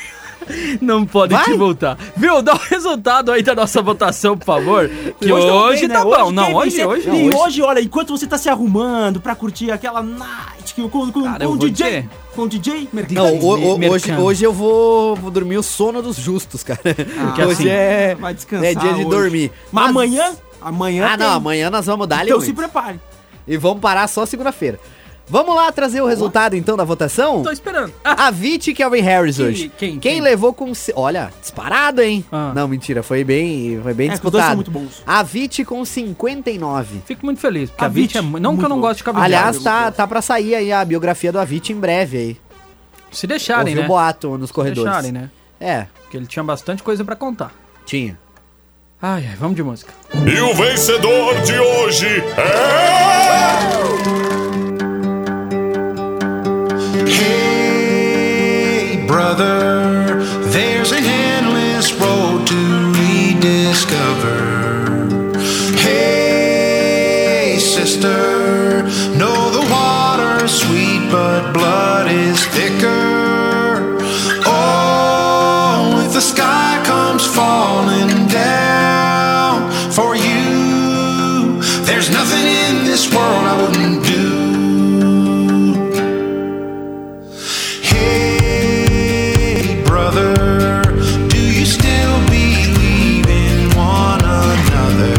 A: Não pode
C: Vai?
A: te voltar. Viu? Dá o resultado aí da nossa votação, por favor. Que hoje,
B: bem,
A: tá
B: né?
A: bom. não,
B: quem
A: hoje,
B: vencer-
A: hoje, é
B: E hoje, olha, enquanto você tá se arrumando pra curtir aquela night que, com, com,
A: Cara,
B: com
A: eu
B: o
A: vou
B: DJ.
A: dizer.
B: Com o DJ
C: Não,
B: Mercado.
C: o- o- hoje,
A: Mercado.
C: hoje eu vou, vou dormir o sono dos justos, cara. Porque hoje
A: assim,
C: é,
B: Ah, vai descansar
C: é dia de
B: hoje.
C: dormir.
B: Mas amanhã. Amanhã.
C: Ah,
B: tem.
C: não, amanhã nós vamos dar ali.
B: Então se prepare.
C: E vamos parar só segunda-feira. Vamos lá trazer o resultado então da votação?
A: Tô esperando. Ah,
C: A Vit e Kelvin Harris
A: Quem-
C: hoje.
A: quem- quem?
C: levou com. ci- Olha, disparado, hein?
A: Ah.
C: Não, mentira, foi bem, foi bem
B: É, que os dois são
C: disputado.
B: muito bons.
C: A Vit com 59.
A: Fico muito feliz, porque a
B: Avit,
A: Vit é. mu- Não que
B: muito
A: eu não
B: bom.
A: gosto de cabelo.
C: Aliás, tá, tá pra sair aí a biografia do Avit em breve aí.
A: Se deixarem,
C: Ouvi um
A: né?
C: boato nos
A: Se
C: corredores.
A: deixarem, né?
C: É,
A: Porque ele tinha bastante coisa pra contar.
C: tinha.
A: Ai, ai, vamos de música.
F: E o vencedor de hoje é.
G: Hey, brother, there's an endless road to rediscover. Hey, sister, know the water's sweet, but blood is thicker. Oh, if the sky comes falling down for you, there's nothing in this world I wouldn't do. Hey, brother, do you still believe in one another?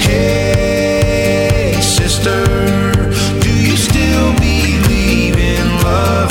G: Hey, sister, do you still believe in Oh,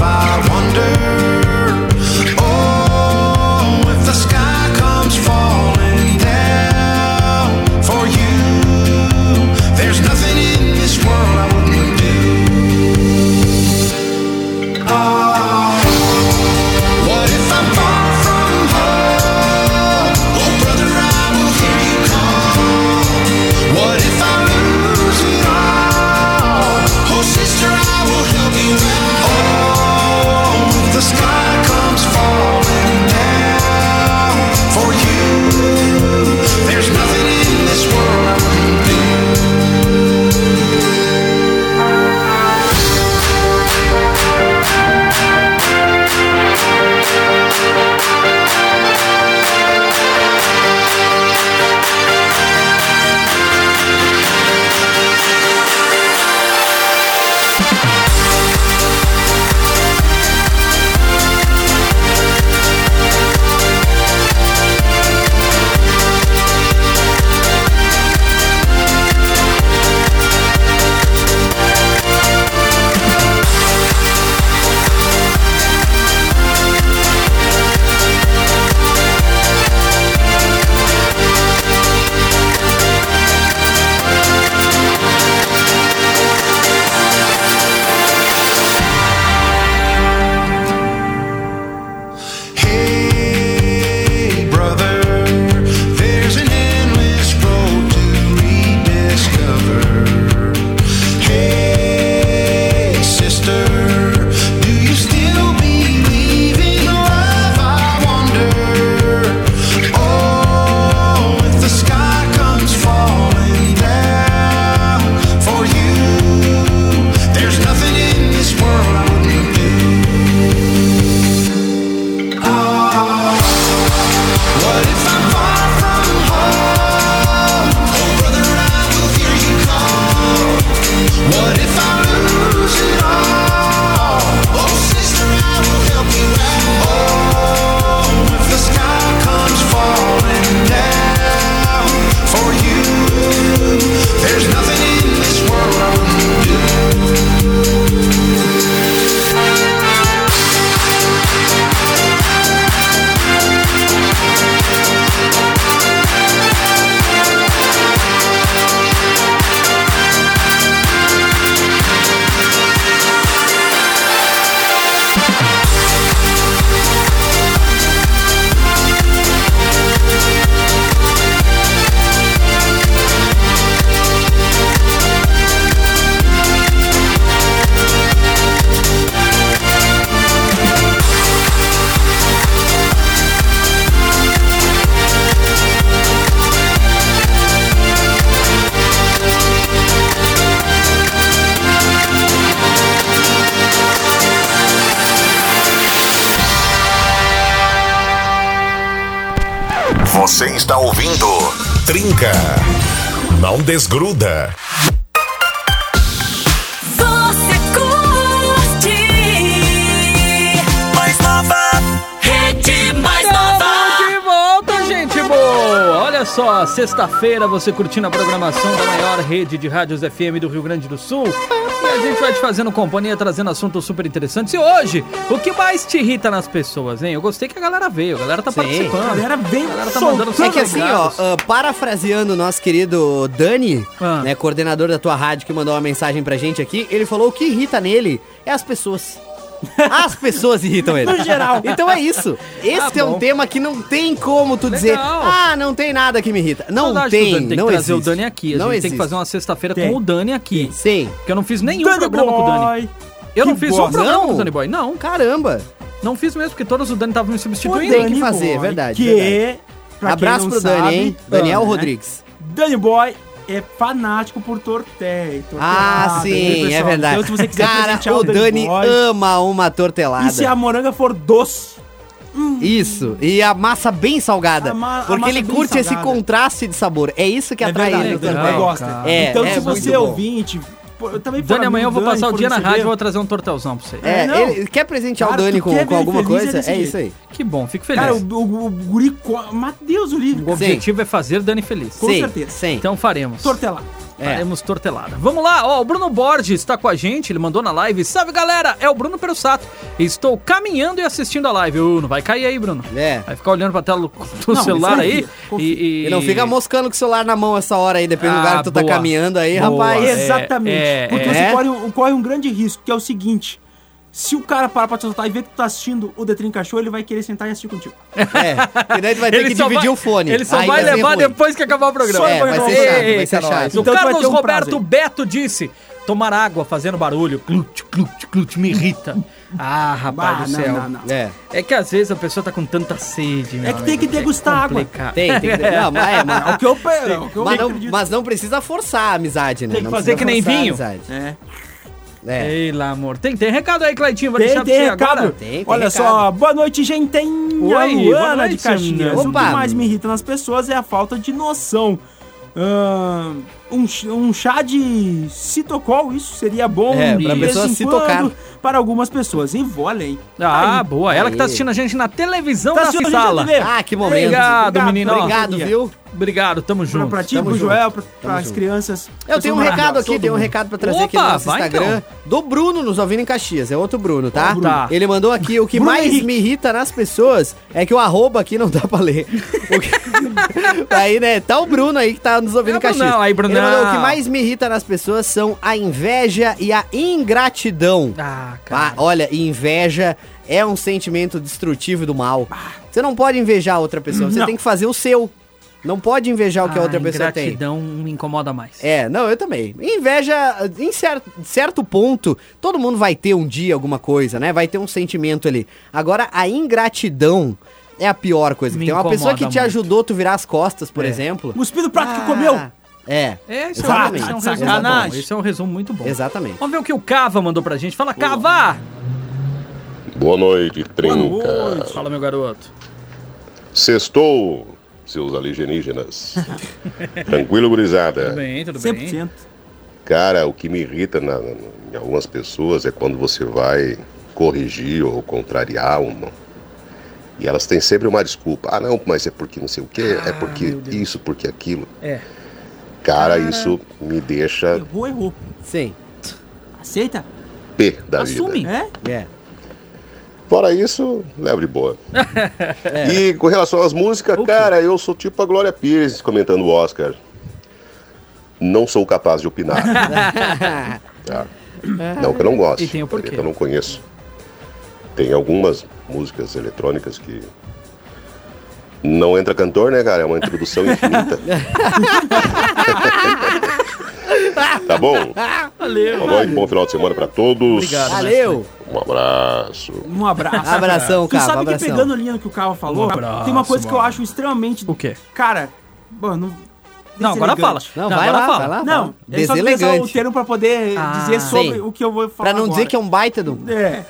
G: Oh,
F: Você está ouvindo Trinca. Não desgruda.
H: Você curte mais nova, rede mais
A: Tamo
H: nova.
A: de volta, gente boa! Olha só, sexta-feira você curtindo a programação da maior rede de rádios FM do Rio Grande do Sul. E a gente vai te fazendo companhia, trazendo assuntos super interessantes. E hoje, o que mais te irrita nas pessoas, hein? Eu gostei que a galera veio, a galera tá
C: Sim.
A: participando.
B: A galera veio
A: a galera tá
B: soltando.
A: mandando
C: É
A: seus
C: que assim, ó,
A: recados.
C: ah, parafraseando o nosso querido Dani,
A: Ah.
C: né, coordenador da tua rádio que mandou uma mensagem pra gente aqui, ele falou o que irrita nele é as pessoas. As pessoas irritam ele. No geral. Então é isso. Esse é um
A: bom.
C: tema que não tem como tu dizer, ah, não tem nada que me irrita. Não
A: Saudade do
C: tem,
A: Dani, tem
C: não
A: que
C: existe.
A: trazer o Dani aqui. A
C: não
A: gente
C: existe.
A: tem que fazer uma sexta-feira
B: Tem.
A: com o Dani aqui.
C: Sim.
A: Porque eu não fiz nenhum
B: Dani
A: programa com o Dani.
B: Boy.
A: Eu não
B: Que
A: fiz um
B: bosta.
A: programa com o
C: Não.
A: Dani Boy. Não,
C: Caramba.
A: não fiz mesmo, porque todos o Dani tava me substituindo.
C: Tem que fazer, é
B: Boy,
C: verdade,
B: Que,
C: verdade.
B: pra
C: Abraço
B: quem
C: pro
B: não
C: Dani,
B: sabe,
C: hein? Daniel
B: né?
C: Rodrigues.
B: Dani Boy é fanático por torté.
C: Ah, sim, é verdade.
B: Então, se você quiser
C: Cara,
B: presentear
C: o Dani
B: Boy,
C: ama uma tortelada.
B: E se a moranga for doce?
C: Isso, e a massa bem salgada.
B: A ma- a
C: porque
B: massa
C: ele
B: bem
C: curte esse
B: salgada.
C: contraste de sabor. É isso que
B: é
C: atrai
B: verdade,
C: ele.
B: o Dani
C: também.
B: Boy
A: Daniel,
B: gosta.
A: cara.
C: É,
B: então,
C: é
B: se
C: muito
B: você é
C: bom.
B: ouvinte, pô, eu também for
A: Dani, amanhã eu vou
B: amigo do Dani,
A: passar o
B: for
A: dia na
B: receber,
A: rádio e vou trazer um tortelzão pra você.
C: É,
B: É, não.
C: ele quer presentear
B: Cara,
C: o Dani
B: tu
C: com,
B: quer
C: com
B: ver ele
C: alguma
B: feliz, é
C: coisa?
B: desse
C: É
B: jeito.
C: isso aí.
A: Que bom, fico feliz.
B: Cara, o, o, o guri... co- Mas Deus o livre.
A: O objetivo é fazer Dani feliz.
B: Com
C: sim,
B: certeza.
C: Sim.
A: Então faremos.
B: Tortelar.
C: É.
A: Faremos tortelada. Vamos lá, ó, o Bruno Borges está com a gente, ele mandou na live. Salve galera, é o Bruno Perussato. Estou caminhando e assistindo a live. Uh, não vai cair aí, Bruno.
C: É.
A: Vai ficar olhando pra tela do
B: Não,
A: celular
B: isso aí,
A: aí.
B: confia.
A: E,
C: E não fica moscando com o celular na mão essa hora aí, depende do
A: Ah,
C: lugar que tu tá
A: boa.
C: caminhando aí,
A: Boa.
C: rapaz.
A: É,
B: Exatamente.
A: é,
B: Porque
C: é.
B: você corre, um- corre um grande risco, que é o seguinte. Se o cara parar pra te assaltar e ver que tu tá assistindo o Detrim Cachorro, ele vai querer sentar e assistir
C: [laughs]
B: contigo.
C: É, e daí tu vai ter que
A: só
C: dividir
A: vai-
C: o fone.
A: Ele só
C: Aí
A: vai
C: ser
A: levar
C: ruim.
A: depois que acabar o programa.
C: Só É, vai vai ser chato, vai ser
A: Eita,
C: chato.
A: nós.
B: Então
A: o
B: tu vai
A: Carlos
B: ter um prazo
A: Roberto
B: aí.
A: Beto disse: tomar água fazendo barulho, clut, clut, clut, me irrita. Ah, rapaz
B: Ah,
A: do
B: não,
A: céu.
B: não, não.
C: É.
A: É que às vezes a pessoa tá com tanta sede, meu
B: É que tem que
A: amigo,
B: degustar água.
A: complicado.
C: Tem, tem que. Não, mas, é, mas,
B: É o que eu pego, é o que [laughs] eu
C: mas não,
B: acredito.
C: mas não precisa forçar a amizade, né?
B: Tem que
C: Não
B: fazer
C: precisa
A: que nem
C: forçar a
A: vinho.
C: amizade.
B: É.
C: É.
A: Ei, lá, amor. Tem, tem recado aí, Claitinho. Vou
B: Tem,
A: deixar
B: tem
A: pra você
B: recado.
A: agora.
C: Tem, tem
B: Olha
C: recado.
B: só, boa noite, gente.
A: boa
B: Luana
A: noite,
B: de Caxias.
A: Ana.
B: O que
C: Opa.
B: mais me irrita nas pessoas é a falta de noção. Ah, um, ch- um chá de citocol, isso seria bom
C: É,
B: de
C: pra
B: vez
C: pessoa
B: em
C: se
B: quando
C: tocar.
B: para algumas pessoas. E vôlei.
A: Ah, boa. Ela que tá
C: Aí.
A: assistindo a gente na televisão
B: Tá
A: da
B: assistindo a gente na
A: sala.
B: TV.
C: Ah, que momento.
A: Obrigado, menino.
C: Obrigado, viu?
A: Obrigado, tamo junto.
B: Pra, pra ti,
C: tamo
B: pro
C: junto.
B: Joel, pra,
C: Tamo
B: as
C: junto.
B: crianças.
C: Eu tenho um recado aqui, tenho um recado pra trazer aqui no
A: Opa,
C: nosso
A: vai então.
C: Instagram. Do Bruno, nos ouvindo em Caxias. É outro Bruno, tá?
A: Bruno. Tá.
C: Ele mandou aqui, o que
B: Bruno
C: mais
B: Henrique.
C: me irrita nas pessoas é que o arroba aqui não dá pra ler. O
A: [laughs]
C: que- aí, né, tá o Bruno aí que tá nos ouvindo
A: É,
C: em Caxias.
A: Brunão, aí, Brunão.
C: Ele mandou, o que mais me irrita nas pessoas são a inveja e a ingratidão.
A: Ah,
C: Ah,
A: cara.
C: olha, inveja é um sentimento destrutivo e do mal. Você não pode invejar outra pessoa, você
B: Não.
C: tem que fazer o seu. Não pode invejar o
A: Ah,
C: que a outra pessoa tem.
A: Gratidão me incomoda mais.
C: É, não, eu também. Inveja, em cer- certo ponto, todo mundo vai ter um dia alguma coisa, né? Vai ter um sentimento ali. Agora, a ingratidão é a pior coisa.
A: Me
C: Tem uma pessoa que
A: incomoda
C: te
A: muito.
C: ajudou tu virar as costas, por exemplo.
B: Cuspido o prato
C: Ah,
B: que comeu.
C: É.
A: É, isso é, um,
C: Exatamente.
A: isso é um
C: Exatamente.
A: resumo bom. Isso é um resumo muito bom.
C: Exatamente.
A: Vamos ver o que o Cava mandou pra gente. Fala, Cava!
I: Boa noite,
B: Boa
I: Trinca.
B: noite.
A: Fala, meu garoto.
I: Sextou, seus
A: [laughs]
I: alienígenas. Tranquilo,
A: Tudo
I: gurizada.
A: bem, tudo bem.
B: 100%.
I: Cara, o que me irrita na- na- em algumas pessoas é quando você vai corrigir ou contrariar uma. E elas têm sempre uma desculpa. Ah, não, mas é porque não sei o quê, é porque isso, porque aquilo.
A: Ah, É.
I: Cara, isso me deixa
B: Errou, errou.
C: Sim.
B: Aceita?
I: pé da vida.
A: Assume.
B: É?
C: É.
I: Fora isso, leva de
A: [laughs]
I: boa. E com relação às músicas, cara, eu sou tipo a Glória Pires comentando o Oscar. Não sou capaz de
A: [laughs]
I: opinar. Tá? Não que eu não goste.
A: E tem o
I: porque
A: porquê.
I: Eu não conheço. Tem algumas músicas eletrônicas que. Não entra cantor, né, cara? É uma
A: [laughs]
I: introdução infinita. tá bom?
A: Valeu.
I: Boa noite, bom final de semana pra todos.
A: Obrigado. né?
C: Valeu.
I: Um abraço.
B: Um abraço.
C: Abração,
B: Tu
C: cara.
B: sabe que
C: Abração.
B: pegando a linha do que o Cava falou,
A: Um abraço,
B: tem uma coisa que eu
A: mano.
B: acho extremamente.
A: O quê?
B: Cara, mano.
A: Não, agora fala.
B: deselegante.
C: Não,
A: Não,
C: vai
A: agora
C: lá,
A: fala.
C: vai lá.
B: Não,
C: vai.
B: é só que usar o
C: Tá Deselegante.
B: termo pra poder
A: Ah,
B: dizer sobre
C: sim.
B: o que eu vou falar.
C: Pra não é dizer que é um baita do... [laughs]
B: É.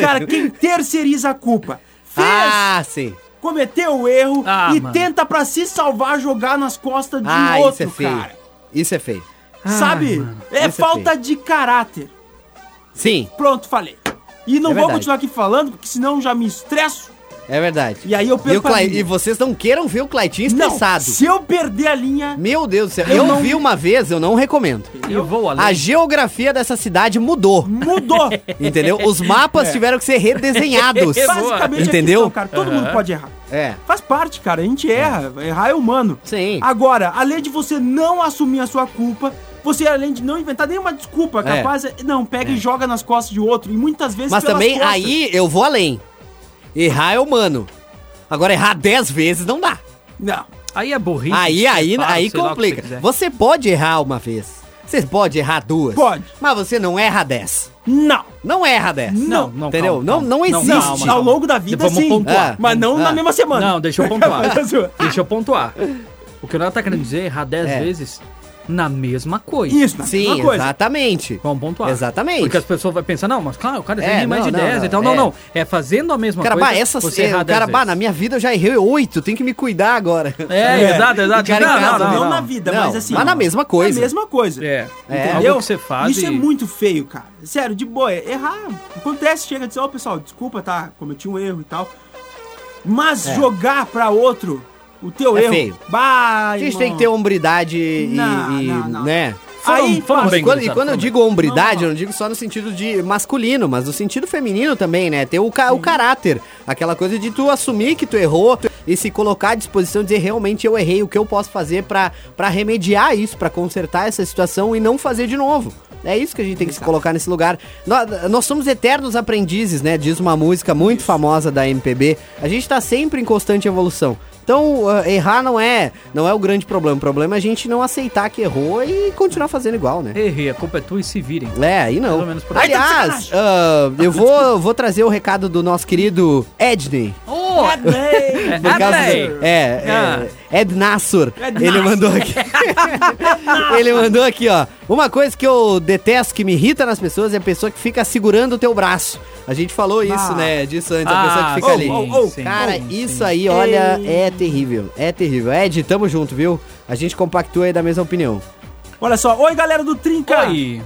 B: Cara, quem terceiriza a culpa? Fez!
C: Ah, sim.
B: cometeu o erro
C: Ah,
B: e
C: mano.
B: tenta pra se salvar jogar nas costas de um
C: Ah, isso
B: outro,
C: é feio.
B: cara.
C: Isso é feio.
A: Ah,
B: Sabe? é
C: Isso
B: falta
C: feio.
B: de caráter.
C: Sim,
B: Pronto, falei. E não vou
C: É verdade.
B: continuar aqui falando, porque senão já me estresso.
C: é verdade.
B: E aí eu
C: E, o
B: perco a
C: Clai-
B: linha.
C: e vocês não queiram ver o Claitinho
B: Não,
C: estressado.
B: se eu perder a linha.
C: Meu Deus do céu.
B: eu
C: Eu,
B: não-
C: vi uma vez, eu não recomendo.
A: Eu vou
C: A geografia dessa cidade mudou.
A: [laughs]
B: Mudou.
A: É
C: Entendeu? Os
B: [laughs]
C: mapas
B: É.
C: tiveram que ser redesenhados.
B: Basicamente, [laughs] é a
C: entendeu?
B: questão, cara, todo mundo pode errar.
C: É.
B: Faz parte, cara. A gente erra. Errar é humano.
C: Sim.
B: Agora, além de você não assumir a sua culpa, você, além de não inventar nenhuma desculpa,
C: É.
B: capaz. Não, pega e joga nas costas de outro. E muitas vezes.
C: Mas
B: pelas
C: também
B: costas.
C: aí eu vou além. Errar é humano. Agora errar 10 vezes não dá.
B: Não.
A: Aí é burrice.
C: aí aí
A: separo,
C: aí
A: sei lá o que
C: complica.
A: quiser.
C: Você pode errar uma vez. Você pode errar duas.
B: Pode.
C: Mas você não erra 10.
B: Não.
C: Não erra 10.
B: Não.
A: não,
C: Entendeu?
A: calma,
C: não,
A: calma.
C: não existe.
B: Não, ao longo da vida,
A: Vamos
B: sim.
A: pontuar.
C: É.
B: Mas não na
C: Ah.
B: mesma semana.
A: Não, deixa eu
C: [laughs]
A: pontuar.
B: [laughs] Mas, ué,
A: deixa eu pontuar. O que o Renato tá querendo dizer é errar 10
C: É.
A: vezes na mesma coisa.
B: Isso, na
C: Sim,
B: mesma coisa.
C: exatamente.
A: Vamos pontuar.
C: Exatamente.
A: Porque as pessoas vão pensar, não, mas claro, o cara já
C: É,
A: errei mais
C: não,
A: de
C: não,
A: 10
C: não,
A: e tal. Não,
C: é.
A: não. É fazendo a mesma
C: Cara,
A: coisa.
C: bah, essa
A: você
C: é,
A: errar 10
C: cara, bah, na
A: vezes.
C: minha vida eu já errei oito, tenho que me cuidar agora.
A: É, exato, exato.
C: Cara, em
A: Não,
C: casa,
A: não,
B: não,
A: não,
B: na
A: não.
B: vida,
C: Não,
B: mas assim.
C: mas na mesma coisa.
B: Na mesma coisa.
A: É.
C: É.
A: Entendeu? Algo que você faz.
B: Isso é
A: e-
B: muito feio, cara. Sério, de boa. é- Errar. Acontece, chega e diz, ó, pessoal, desculpa, tá? Cometi um erro e tal. Mas jogar pra outro o teu
C: É
B: erro.
C: feio.
B: Bah,
C: A gente tem que ter hombridade e,
B: Não,
C: e-
B: não, não.
C: né?
B: Foram-
C: Aí,
A: foram
C: mas
A: um- bem,
C: quando, e
A: gurizada,
C: quando eu
A: foram
C: digo hombridade,
B: Não, não.
C: eu não digo só no sentido de masculino, mas no sentido feminino também, né? Ter o, ca- o caráter, aquela coisa de tu assumir que tu errou tu- e se colocar à disposição e dizer realmente eu errei, o que eu posso fazer pra pra remediar isso, pra consertar essa situação e não fazer de novo. É isso que a gente tem que se colocar nesse lugar. Nós, nós somos eternos aprendizes, né? Diz uma música muito famosa da MPB. A gente tá sempre em constante evolução. Então, ah, errar não é, não é o grande problema. O problema é a gente não aceitar que errou e continuar fazendo igual, né?
A: Errei, a culpa é tua e se virem.
C: É, aí não.
A: Pelo menos por aí. tá
C: Aliás, ah, eu vou, vou trazer o recado do nosso querido Edney.
A: Oh, [laughs]
B: Adnei!
C: Por causa
A: Adney!
C: do- é,
A: Ah.
C: é, Ed Nassur.
B: Ed
C: Ele
B: Nassur.
C: mandou aqui. [laughs] Ele mandou aqui, ó. Uma coisa que eu detesto, que me irrita nas pessoas, é a pessoa que fica segurando o teu braço. A gente falou isso,
B: Ah.
C: né? Disso antes, a
A: Ah,
C: pessoa que fica
A: sim,
C: ali.
A: sim, Oh,
C: Cara,
A: sim.
C: isso aí, olha, é terrível. É terrível. Ed, tamo junto, viu? A gente compactua aí da mesma opinião.
B: Olha só, oi galera do Trinca!
A: Oi.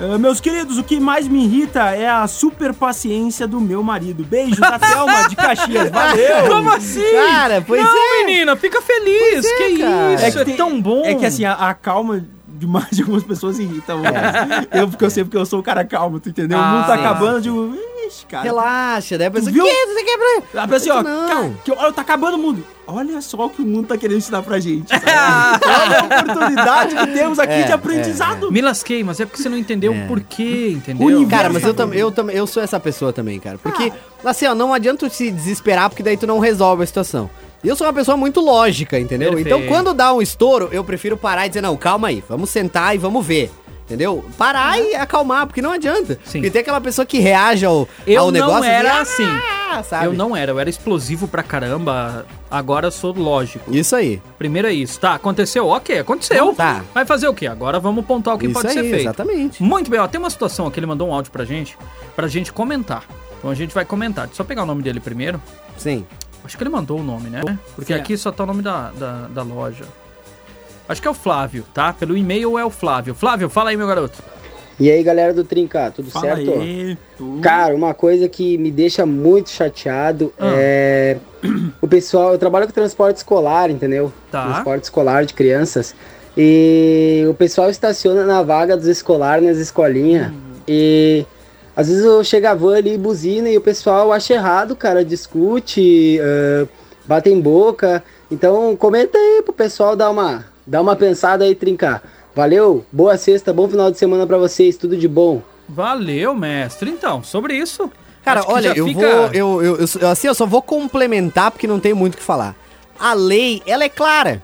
B: Ah, meus queridos, o que mais me irrita é a super paciência do meu marido. Beijo
A: [laughs]
B: da Thelma de Caxias, valeu!
A: Como assim?
C: Cara, pois
A: não,
C: é.
A: menina, fica feliz.
C: é,
A: que
C: cara.
A: isso, é,
B: tem-
A: tão bom.
B: É que assim, a, a calma demais de algumas pessoas irrita. mas Eu, porque eu sei porque eu sou o cara calmo, tu entendeu? o
A: É. Ah,
B: mundo tá
A: sim.
B: acabando, eu digo, ixi, cara.
C: Relaxa, né? A pessoa,
B: viu?
C: que você quebra?
B: A pessoa, ó,
C: Não.
B: cara, que, olha, tá acabando o mundo. Olha só o que o mundo tá querendo ensinar pra
A: [laughs]
B: gente. sabe? olha a oportunidade que temos aqui
C: É,
B: de aprendizado.
A: Me lasquei, mas é porque você não entendeu
C: É.
A: o porquê, entendeu?
C: Universo, Cara, mas eu também eu, tam, eu sou essa pessoa também, cara. Porque,
A: Ah.
C: assim, ó, não adianta tu se desesperar, porque daí tu não resolve a situação. E eu sou uma pessoa muito lógica, entendeu?
A: Perfeito.
C: Então, quando dá um estouro, eu prefiro parar e dizer, não, calma aí, vamos sentar e vamos ver. Entendeu? Parar e acalmar, porque não adianta.
A: Uhum. Sim.
C: Porque tem aquela pessoa que reage ao,
A: Eu
C: ao
A: não
C: negócio. e
A: era assim.
C: diz, "Ah", sabe?
A: Eu não era, eu era explosivo pra caramba. Agora eu sou lógico.
C: Isso aí.
A: Primeiro é isso, tá? Aconteceu? Ok, aconteceu.
C: Tá.
A: Vai fazer o quê? Agora vamos pontuar o que
C: isso
A: pode
C: aí,
A: ser feito.
C: exatamente.
A: Muito bem, ó, tem uma situação aqui, ele mandou um áudio pra gente, pra gente comentar. Então a gente vai comentar. Deixa eu só pegar o nome dele primeiro.
C: Sim.
A: Acho que ele mandou o nome, né? Porque
B: Certo.
A: aqui só tá o nome da, da, da loja. Acho que é o Flávio, tá? Pelo e-mail é o Flávio. Flávio, fala aí, meu garoto.
J: E aí, galera do Trinca,
A: é.
J: tudo
B: Fala
J: certo?
B: aí, tu.
J: Cara, uma coisa que me deixa muito chateado
A: Ah.
J: é o pessoal. Eu trabalho com transporte escolar, entendeu?
A: Tá.
J: Transporte escolar de crianças. E o pessoal estaciona na vaga dos escolares nas escolinhas. E às vezes eu chego a van ali e buzina e o pessoal acha errado, cara, discute, ah, bate em boca. Então comenta aí pro pessoal dar uma, dar uma pensada aí, Trinca. Valeu, boa sexta, bom final de semana pra vocês, tudo de bom.
A: Valeu, mestre. Então, sobre isso.
C: Cara,
A: acho que
C: olha,
A: já
C: eu
A: fica-
C: vou. Eu, eu, eu- assim, eu só vou complementar porque não tem muito o que falar. A lei, ela é clara.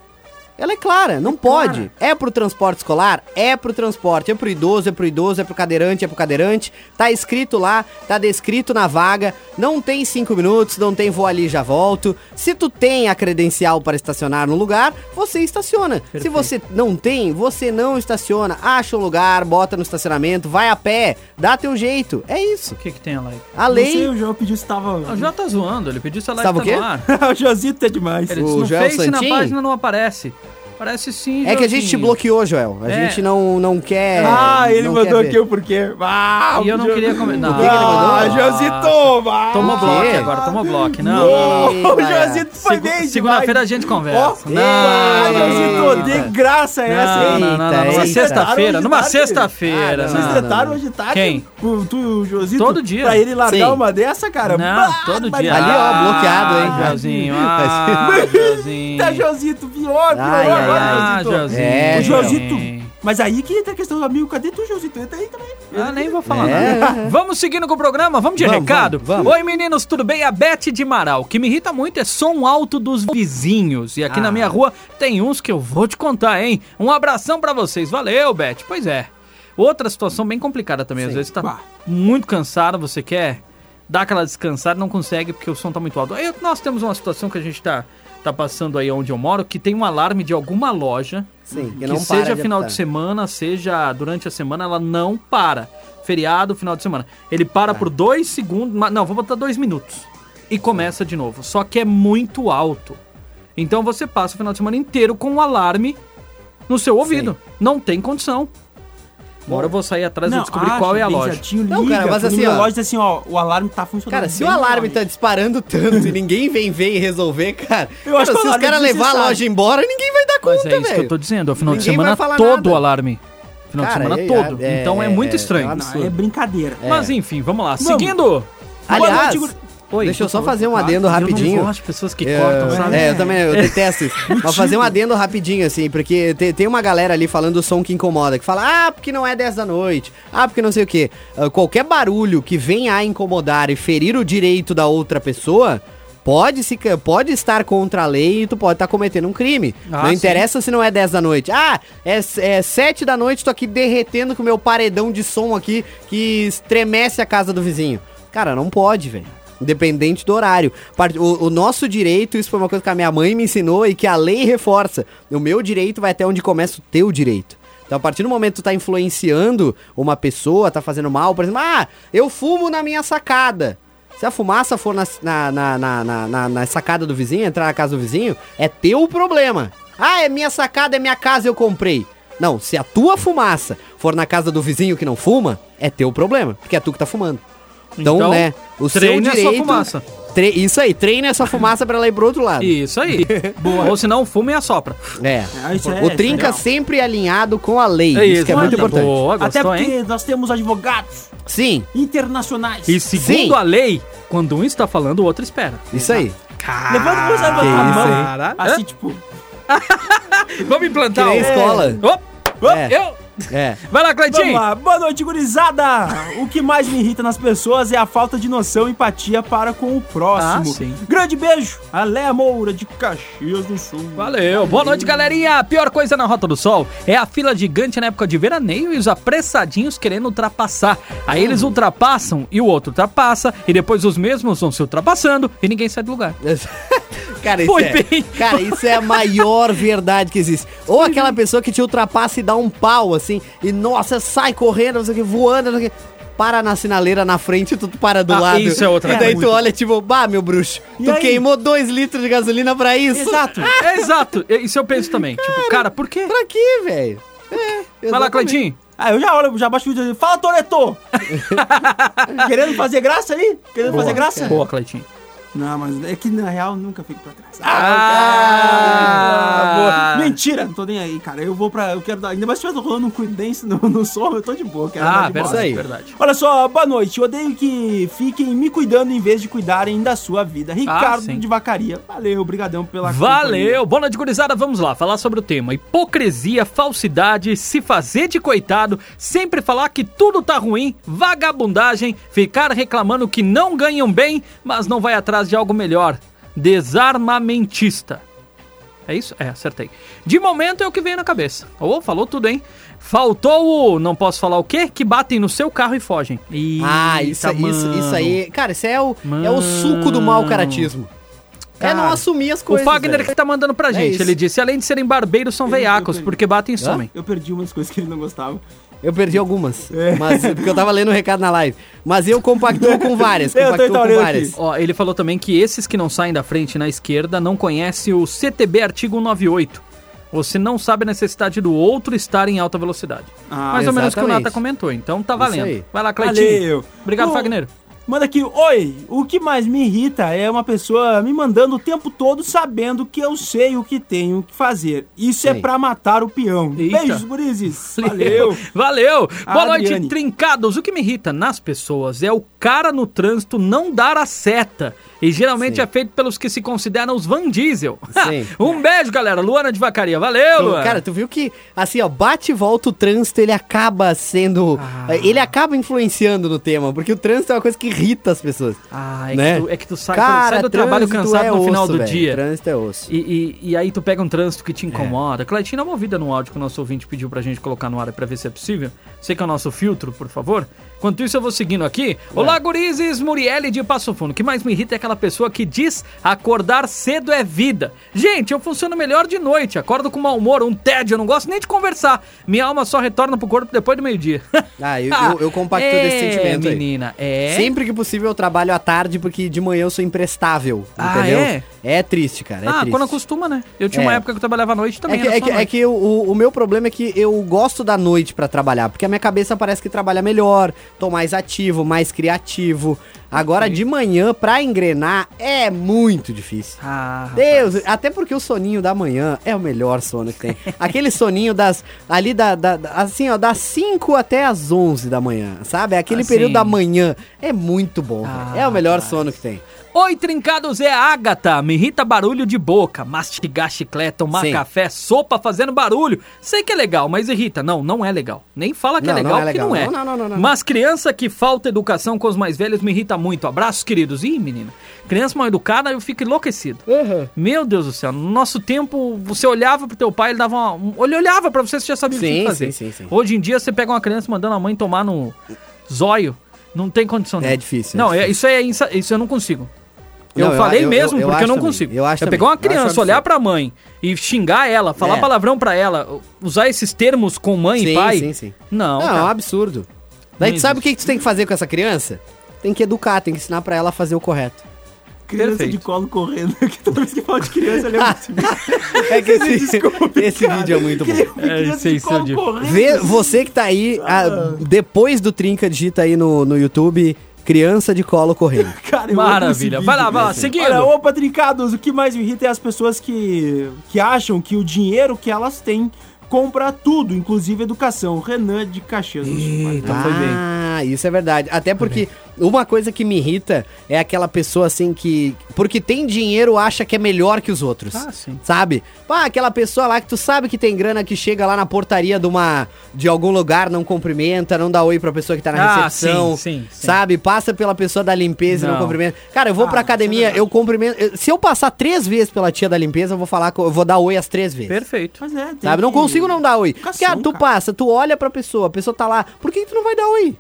C: Ela é clara, não pode. É pro transporte escolar? É pro transporte. É pro idoso, é pro idoso, é pro cadeirante, é pro cadeirante. Tá escrito lá, tá descrito na vaga. Não tem cinco minutos, não tem vou ali, já volto. Se tu tem a credencial para estacionar no lugar, você estaciona. Se você não tem, você não estaciona. Acha um lugar, bota no estacionamento, vai a pé, dá teu jeito. É isso. O
A: que que tem a live?
C: A lei...
B: Não sei, o João pediu se tava...
A: O João tá zoando, ele pediu se a live
C: Sabe o
A: tá
C: quê?
A: no ar.
B: [laughs] o Josito tá demais.
A: Ele disse,
C: O
A: no
C: Joel
A: Face, na
C: Santin?
A: página não aparece. Parece sim,
C: É que a gente te
A: Joãozinho.
C: bloqueou, Joel. A
A: É.
C: gente não, não quer.
B: ah, ele
C: não
B: mandou
C: quer
B: aqui
C: ver.
B: o porquê. Ah,
A: E eu não
B: Jo-
A: queria comentar.
B: Ah, Josito, ah,
A: Toma bloco agora, toma bloco. Não, não, não.
B: O Josito foi
A: Segu-
B: bem demais.
A: Segunda-feira a gente conversa.
B: Ó,
A: Não,
B: ah,
A: não, não,
B: Josito, de graça é essa,
A: Não,
B: hein?
A: não, não, não, numa
B: Vocês
A: sexta-feira,
B: tretaram
A: numa
B: hoje de tarde? Ah,
A: sexta-feira.
B: Vocês
A: não,
B: tretaram
A: não.
B: hoje de tarde?
A: Quem?
B: O, tu, e o Josito?
A: Todo dia.
B: Pra ele largar
A: Sim.
B: uma dessa, cara?
A: Não,
B: Bah,
A: todo
B: mas-
A: dia.
C: Ali, ó, bloqueado, hein?
A: Joãozinho, ah, Joãozinho.
B: [laughs] Tá, Josito, pior, pior
C: Ai, ai,
B: agora,
A: ai,
B: Josito.
C: Josito.
B: O Josito.
A: É.
B: Mas aí que entra a questão do amigo, cadê tu, Josito? Entra aí também.
A: Ah, nem vou falar
C: É.
A: nada. Vamos seguindo com o programa, vamos de
C: Vamos,
A: recado?
C: vamos, vamos.
A: Oi meninos, tudo bem? A Beth de Marau. O que me irrita muito é som alto dos vizinhos. E aqui
C: Ah.
A: na minha rua tem uns que eu vou te contar, hein? Um abração pra vocês. Valeu, Beth. Pois é. Outra situação bem complicada também. Às vezes tá
B: Bah.
A: muito cansado, você quer dar aquela descansada, não consegue porque o som tá muito alto. Aí nós temos uma situação que a gente tá, tá passando aí onde eu moro, que tem um alarme de alguma loja
C: Sim, que
A: Uhum. que
C: não para
A: seja final
C: apitar.
A: de semana, seja durante a semana, ela não para. Feriado, final de semana. Ele para
C: Tá.
A: por dois segundos, ma- não, vou botar dois minutos. E começa de novo. Só que é muito alto. Então você passa o final de semana inteiro com um alarme no seu ouvido. Não tem condição. Agora eu vou sair atrás e descobrir qual é a loja.
C: Não,
B: não,
C: cara,
B: cara,
C: mas assim,
B: assim,
C: ó.
B: loja diz assim, ó, o alarme tá funcionando.
C: Cara, se o
B: bem,
C: alarme
B: ó.
C: tá disparando tanto e ninguém vem ver e resolver, cara.
B: Eu acho
C: cara,
B: que o
C: se os
B: alarme
C: caras levar a
B: desnecessário.
C: loja embora, ninguém vai dar
A: Mas é
C: conta,
A: isso que eu
C: velho.
A: tô dizendo. É final de
C: Ninguém vai
A: semana
C: falar
A: todo
C: nada.
A: o alarme. Final
C: Cara,
A: de semana
C: é-
A: todo.
C: é-
A: então é,
C: é-
A: muito
C: é-
A: estranho.
B: Ah, não, é brincadeira.
A: Mas enfim, vamos lá.
B: Vamos.
A: Seguindo.
B: Boa
C: Aliás,
B: noite,
A: Oi,
C: deixa eu
A: por
C: só
A: favor.
C: fazer um
A: Ah,
C: adendo rapidinho.
A: Eu não gosto de pessoas que
C: É,
A: cortam, sabe?
C: É, eu também, eu
A: [laughs]
C: detesto isso. Mas fazer um adendo rapidinho, assim, porque te- tem uma galera ali falando do som que incomoda, que fala, ah, porque não é 10 da noite, ah, porque não sei o quê. Ah, qualquer barulho que venha a incomodar e ferir o direito da outra pessoa. Pode, se, ca- pode estar contra a lei e tu pode estar cometendo um crime.
A: Ah,
C: não
A: sim.
C: interessa se não é 10 da noite. Ah, é, s- é 7 da noite, tô aqui derretendo com o meu paredão de som aqui que estremece a casa do vizinho. Cara, não pode, velho. Independente do horário. Part- O, o nosso direito, isso foi uma coisa que a minha mãe me ensinou e que a lei reforça. O meu direito vai até onde começa o teu direito. Então, a partir do momento que tu tá influenciando uma pessoa, tá fazendo mal, por exemplo, ah, eu fumo na minha sacada. Se a fumaça for na, na, na, na, na- na- na sacada do vizinho, entrar na casa do vizinho, é teu problema. Ah, é minha sacada, é minha casa, eu comprei. Não, se a tua fumaça for na casa do vizinho que não fuma, é teu problema, porque é tu que tá fumando. Então,
A: Então,
C: né, o seu
A: treine a sua
C: direito...
A: fumaça.
C: Tre- Isso aí, treine essa fumaça pra ela ir pro outro lado.
A: Isso aí.
C: [laughs]
A: Boa. Ou se não, fuma e assopra.
C: É.
B: Ah, isso é-
C: o trinca
B: isso
C: sempre alinhado com a lei.
A: É
C: isso,
A: isso,
C: que é muito
A: olha,
C: importante.
A: Boa,
B: Até
A: gostou,
B: porque
A: hein?
B: nós temos advogados
C: Sim,
B: internacionais.
A: E segundo
C: Sim.
A: a lei, quando um está falando, o outro espera.
C: isso aí.
A: Ah,
B: Levanta você
C: que
B: a
C: isso, hein?
B: mão.
A: Caralho.
B: Assim, tipo,
A: Vamos implantar
C: Que nem
A: o-
C: escola.
A: Op, op,
C: É.
A: eu-
C: É.
A: Vai lá,
B: vamos
A: Cleitinho.
B: lá. Boa noite, gurizada. O que mais me irrita nas pessoas é a falta de noção e empatia para com o próximo.
A: Ah, sim.
B: Grande beijo. A Léa Moura, de Caxias do Sul.
A: Valeu, boa noite galerinha. A pior coisa na Rota do Sol é a fila gigante na época de veraneio e os apressadinhos querendo ultrapassar. Aí eles
C: Hum.
A: ultrapassam e o outro ultrapassa, e depois os mesmos vão se ultrapassando e ninguém sai do lugar.
C: Cara isso,
A: Foi
C: é,
A: bem.
C: cara, isso é a maior verdade que existe. Ou aquela pessoa que te ultrapassa e dá um pau, assim, e nossa, sai correndo, não sei o que, voando, não sei o que. Para na sinaleira na frente e tu para do
A: Ah,
C: lado.
A: isso é outra
C: E daí
A: coisa.
C: tu olha, tipo, bah, meu bruxo,
B: E
C: tu
B: aí?
C: queimou dois litros de gasolina pra isso. Ah,
B: Exato.
A: É, Exato, isso eu penso também. tipo, cara, por quê?
C: Pra quê, velho? É,
A: Vai lá,
C: exatamente.
A: Cleitinho.
B: Ah, eu já olho, já baixo o vídeo e fala,
A: [laughs]
B: Toreto! Querendo fazer graça aí? Querendo fazer graça?
A: Boa, Cleitinho.
B: Não, mas é que na real nunca fico pra trás.
A: Ah!
B: Ah, boa. Mentira, não tô nem aí, cara. Eu vou pra. Eu quero dar. Ainda mais se eu tô rolando um Creedence no, no som, eu tô de boa,
A: Ah,
B: quero andar de boa.
C: isso aí.
A: verdade.
B: Olha só, boa noite. Eu odeio que fiquem me cuidando em vez de cuidarem da sua vida. Ricardo
A: Ah, sim.
B: de Vacaria. Valeu, obrigadão pela companhia.
A: Valeu, boa noite, gurizada. Vamos lá, falar sobre o tema: hipocrisia, falsidade, se fazer de coitado, sempre falar que tudo tá ruim, vagabundagem, ficar reclamando que não ganham bem, mas não vai atrás de algo melhor. Desarmamentista. É isso? É, acertei. De momento é o que veio na cabeça. Ô, falou tudo, hein? Faltou o. Não posso falar o quê? Que batem no seu carro e fogem.
C: Ah, isso,
A: Eita,
C: isso,
A: mano.
C: isso aí. Cara, isso aí é o, é o suco do mau caratismo. é não assumir as coisas.
A: O Fagner
C: velho.
A: que tá mandando pra
C: É
A: gente,
C: isso.
A: ele disse: além de serem barbeiros, são veiacos, porque batem e
C: Hã?
A: somem.
B: Eu perdi umas coisas que ele não gostava.
C: Eu perdi algumas,
A: É.
C: mas porque eu tava lendo o recado na live. Mas eu compactuo com
A: [laughs]
C: várias, compactuo com várias.
A: Ó, ele falou também que esses que não saem da frente na esquerda não conhecem o CTB artigo 198. Você não sabe a necessidade do outro estar em alta velocidade.
C: Ah,
A: Mais ou menos o que o
B: exatamente.
A: Nata comentou, então tá
B: Isso
A: valendo.
B: aí.
A: Vai lá, Cleitinho.
B: Valeu.
A: Obrigado,
B: Ô,
A: Fagner.
B: Manda aqui, oi, o que mais me irrita é uma pessoa me mandando o tempo todo sabendo que eu sei o que tenho que fazer. Isso é
A: Sei.
B: pra matar o peão.
A: Eita. [laughs]
B: Beijos, gurizes. Valeu.
A: Valeu. Boa noite,
B: Adriane.
A: trincados. O que me irrita nas pessoas é o cara no trânsito não dar a seta. E geralmente é feito pelos que se consideram os Van Diesel. [laughs] um beijo, galera. Luana de Vacaria. Valeu,
C: Tu-
A: Luana.
C: Cara, tu viu que, assim, ó, bate e volta o trânsito, ele acaba sendo.
A: Ah.
C: Ele acaba influenciando no tema, porque o trânsito é uma coisa que irrita as pessoas.
A: Ah, é,
C: né?
A: que tu, é que tu sai,
C: Cara,
A: tu sai do trabalho
C: trânsito
A: cansado
C: é
A: no final
C: osso,
A: do
C: velho,
A: dia.
C: Trânsito é osso.
A: E, e- e aí tu pega um trânsito que
C: É.
A: te incomoda. Claitinho, dá uma ouvida no áudio que o nosso ouvinte pediu pra gente colocar no ar aí pra ver se é possível. Você que é o nosso filtro, por favor. Enquanto isso, eu vou seguindo aqui.
C: É.
A: Olá, gurizes, Murielle de Passo Fundo. O que mais me irrita é aquela pessoa que diz acordar cedo é vida. Gente, eu funciono melhor de noite. Acordo com mau humor, um tédio, eu não gosto nem de conversar. Minha alma só retorna pro corpo depois do meio-dia.
C: [laughs] Ah, eu, eu, eu compacto
A: [laughs] É,
C: desse sentimento aí.
A: menina, é.
C: Sempre que possível eu trabalho à tarde, porque de manhã eu sou imprestável,
A: Ah,
C: entendeu?
A: é?
C: É triste, cara, é
A: ah,
C: triste.
A: quando acostuma, né? Eu tinha
C: É.
A: uma época que eu trabalhava à noite também.
C: É que,
A: era
C: é
A: só
C: que-
A: à noite.
C: é que o, o meu problema é que eu gosto da noite pra trabalhar, porque a minha cabeça parece que trabalha melhor, tô mais ativo, mais criativo. Agora de manhã, pra engrenar, é muito difícil.
A: Ah,
C: Deus, até porque o soninho da manhã é o melhor sono que tem. Aquele soninho das. ali da, da- da- assim, ó, das 5 até as 11 da manhã, sabe? Aquele
A: Ah,
C: período
A: sim. Ah,
C: da manhã é muito bom. velho. é o melhor sono que tem.
A: Oi, trincados, é a Agatha. Me irrita barulho de boca. Mastigar chiclete, tomar
C: Sim.
A: café, sopa fazendo barulho. Sei que é legal, mas irrita. Não, não é legal. Nem fala que é
C: Não, não
A: legal,
C: é
A: porque
C: legal.
A: não é.
C: Não, não, não, não, não.
A: Mas criança que falta educação com os mais velhos me irrita muito. Abraços, queridos. Ih, menina. Criança mal educada, eu fico enlouquecido. Meu Deus do céu. No nosso tempo, você olhava pro teu pai, ele dava uma... um- Ele olhava pra você, você já sabia o que
C: Sim,
A: tinha que fazer.
C: sim, sim, sim.
A: Hoje em dia, você pega uma criança mandando a mãe tomar no zóio. Não tem condição.
C: É
A: nenhuma.
C: difícil, é
A: Não, é- isso, é insa- isso eu não consigo. Eu
C: Não, eu-
A: falei
C: eu-
A: mesmo,
C: eu-
A: porque
C: eu
A: eu
C: acho
A: não
C: também.
A: consigo.
C: Eu acho
A: é
C: também.
A: pegar uma
C: Eu acho um
A: criança,
C: absurdo.
A: olhar pra mãe e xingar ela, falar
C: É.
A: palavrão pra ela, usar esses termos com mãe e
C: Sim,
A: pai.
C: sim, sim.
A: Não.
C: Não, é um
A: cara.
C: absurdo. Daí
A: Não
C: tu sabe o que que tu tem que fazer com essa criança? Tem que educar, tem que ensinar pra ela a fazer o correto.
B: Criança
C: Perfeito.
B: de colo correndo. [laughs] Que toda vez que fala de criança, ele é
C: [laughs]
A: [laughs]
C: É que esse, esse vídeo é muito bom.
A: isso aí, seu Diego.
C: Vê, você que tá aí, a- depois do Trinca, digita aí no, no YouTube, criança de colo correndo.
B: Cara, eu
A: Maravilha.
B: amo esse vídeo,
A: Vai lá, vai lá,
B: assim.
A: seguindo.
B: Olha, opa, trincados, o que mais me irrita é as pessoas que, que acham que o dinheiro que elas têm compra tudo, inclusive educação. Renan de Caxias. do Sul.
A: Então
C: ah,
B: Vai.
C: isso é verdade. Até porque uma coisa que me irrita é aquela pessoa assim que. Porque tem dinheiro, acha que é melhor que os outros.
A: Ah, sim.
C: Sabe? Pá, aquela pessoa lá que tu sabe que tem grana que chega lá na portaria de uma. de algum lugar, não cumprimenta, não dá oi pra pessoa que tá na
A: Ah,
C: recepção.
A: sim, sim, sim.
C: Sabe? Passa pela pessoa da limpeza e não
A: Não.
C: cumprimenta. Cara, eu vou pra academia, eu cumprimento. eu- Se eu passar três vezes pela tia da limpeza, eu vou falar, co- eu vou dar oi as três vezes.
A: Perfeito.
B: Mas é, tem
C: Sabe? Não
B: que-
C: consigo não dar oi.
B: Educação,
C: cara, tu
B: cara.
C: passa, tu olha pra pessoa, a pessoa tá lá. Por que, que tu não vai dar oi?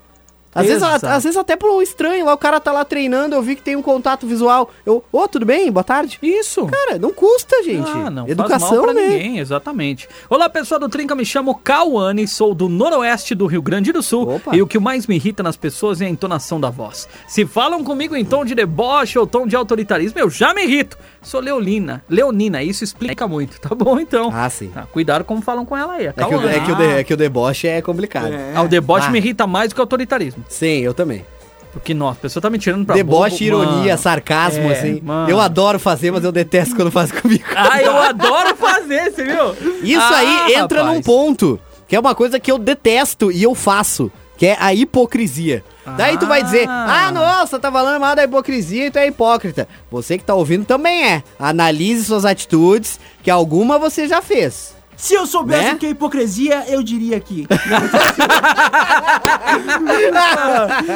C: Às vezes,
A: Exato.
C: às vezes até pro estranho lá, o cara tá lá treinando, eu vi que tem um contato visual. Eu, ô, tudo bem? Boa tarde.
A: Isso.
C: Cara, não custa, gente.
A: Ah, não
C: Educação,
A: faz mal pra
C: né?
A: ninguém, exatamente. Olá, pessoal do Trinca, me chamo Cauane, sou do noroeste do Rio Grande do Sul.
C: Opa.
A: E o que mais me irrita nas pessoas é a entonação da voz. Se falam comigo em tom de deboche ou tom de autoritarismo, eu já me irrito. Sou Leolina, Leonina, isso explica muito, tá né? bom então?
C: Ah, sim.
A: Ah, cuidado como falam com ela aí, a
C: É que, o,
A: Cauane.
C: é que o de- é que o deboche é complicado.
A: Ah, o deboche
C: Ah.
A: me irrita mais do que o autoritarismo.
C: Sim, eu também.
A: Porque, nossa, a pessoa tá me tirando pra
C: deboche,
A: bobo,
C: ironia,
A: mano.
C: sarcasmo,
A: É,
C: assim.
A: mano.
C: Eu adoro fazer, mas eu detesto quando faz comigo.
A: Ah, eu adoro fazer, você viu?
C: Isso
A: Ah,
C: aí entra
A: rapaz.
C: num ponto, que é uma coisa que eu detesto e eu faço, que é a hipocrisia. Daí tu vai dizer, ah, nossa, tá falando mal da hipocrisia e tu é hipócrita. Você que tá ouvindo também é. Analise suas atitudes, que alguma você já fez.
B: Se eu soubesse
C: Né? Tá
B: o que é hipocrisia, eu diria aqui.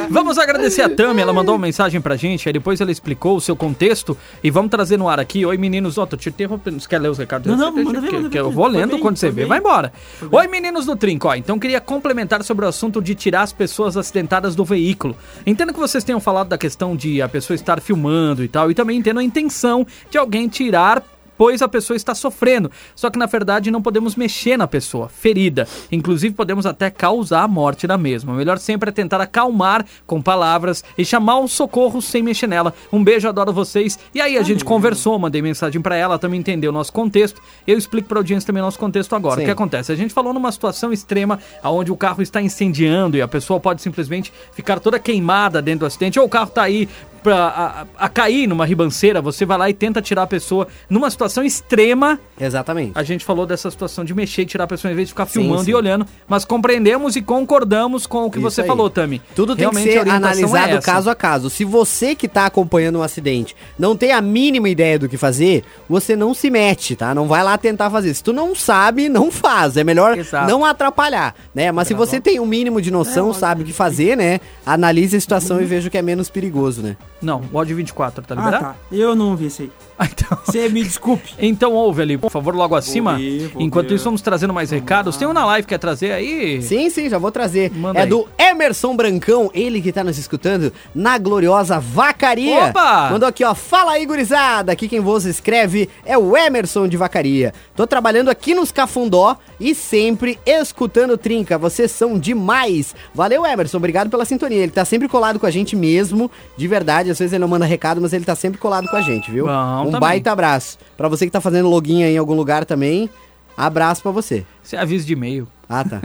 A: Vamos agradecer a Tami, ela mandou uma mensagem pra gente, aí depois ela explicou o seu contexto e vamos trazer no ar aqui. Oi, meninos. Ó, tô te interrompendo. Você quer ler os recados?
B: Não, não,
A: Deixa-
B: manda ver,
A: que-
B: manda
A: que
B: ver.
A: Eu vou
B: Foi
A: lendo
B: bem,
A: quando você
B: foi
A: vê.
B: bem.
A: Vai embora. Oi, meninos do Trinco. Ó, então queria complementar sobre o assunto de tirar as pessoas acidentadas do veículo. Entendo que vocês tenham falado da questão de a pessoa estar filmando e tal, e também entendo a intenção de alguém tirar pois a pessoa está sofrendo. Só que na verdade não podemos mexer na pessoa ferida. Inclusive podemos até causar a morte da mesma. O melhor sempre é tentar acalmar com palavras e chamar o socorro sem mexer nela. Um beijo, adoro vocês. E aí a gente conversou, mandei mensagem pra ela, ela também entendeu o nosso contexto. Eu explico pra audiência também o nosso contexto agora.
C: Sim.
A: O que acontece? A gente falou numa situação extrema onde o carro está incendiando e a pessoa pode simplesmente ficar toda queimada dentro do acidente ou o carro tá aí pra, a, a- a cair numa ribanceira, você vai lá e tenta tirar a pessoa numa situação extrema.
C: Exatamente.
A: A gente falou dessa situação de mexer e tirar a pessoa em vez de ficar
C: Sim,
A: filmando
C: sim.
A: e olhando, mas compreendemos e concordamos com o que
C: Isso
A: você
C: aí.
A: falou, Tami.
C: Tudo tem
A: Realmente,
C: que
A: a
C: ser
A: orientação
C: analisado
A: é essa.
C: caso a caso. Se você que tá acompanhando um acidente não tem a mínima ideia do que fazer, você não se mete, tá? Não vai lá tentar fazer. Se tu não sabe, não faz. É melhor não atrapalhar, né? Mas se você tem o mínimo de noção, sabe o que fazer, né? Analise a situação e veja o que é menos perigoso, né?
A: Não, o áudio 24, tá
B: ah,
A: liberado? [laughs]
B: tá. Eu não vi esse aí.
A: Você me
C: [laughs]
A: desculpe. Então ouve ali, por favor, logo acima. Enquanto isso, vamos trazendo mais recados. Tem um na live que quer trazer aí?
C: Sim, sim, já vou trazer.
A: Manda
C: é
A: aí.
C: do Emerson Brancão, ele que tá nos escutando na gloriosa Vacaria.
A: Opa!
C: Mandou aqui, ó, fala aí, gurizada. Aqui quem vos escreve é o Emerson de Vacaria. Tô trabalhando aqui nos Cafundó e sempre escutando Trinca. Vocês são demais. Valeu, Emerson. Obrigado pela sintonia. Ele tá sempre colado com a gente mesmo, de verdade. Às vezes ele não manda recado, mas ele tá sempre colado com a gente, viu?
A: Bom,
C: um
A: também.
C: baita abraço. Pra você que tá fazendo login aí em algum lugar também, abraço pra você.
A: Você avisa de e-mail.
C: Ah,
A: [laughs]
C: tá.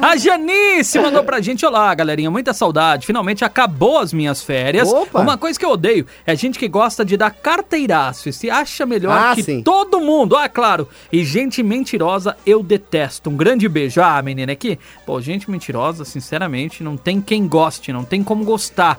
A: A Janice mandou pra gente, olá, galerinha, muita saudade. Finalmente acabou as minhas férias.
C: Opa!
A: Uma coisa que eu odeio é gente que gosta de dar carteiraço e se acha melhor
C: Ah,
A: que
C: sim.
A: todo mundo. Ah, claro. E gente mentirosa eu detesto. Um grande beijo. Ah, menina, aqui, pô, gente mentirosa, sinceramente, não tem quem goste, não tem como gostar.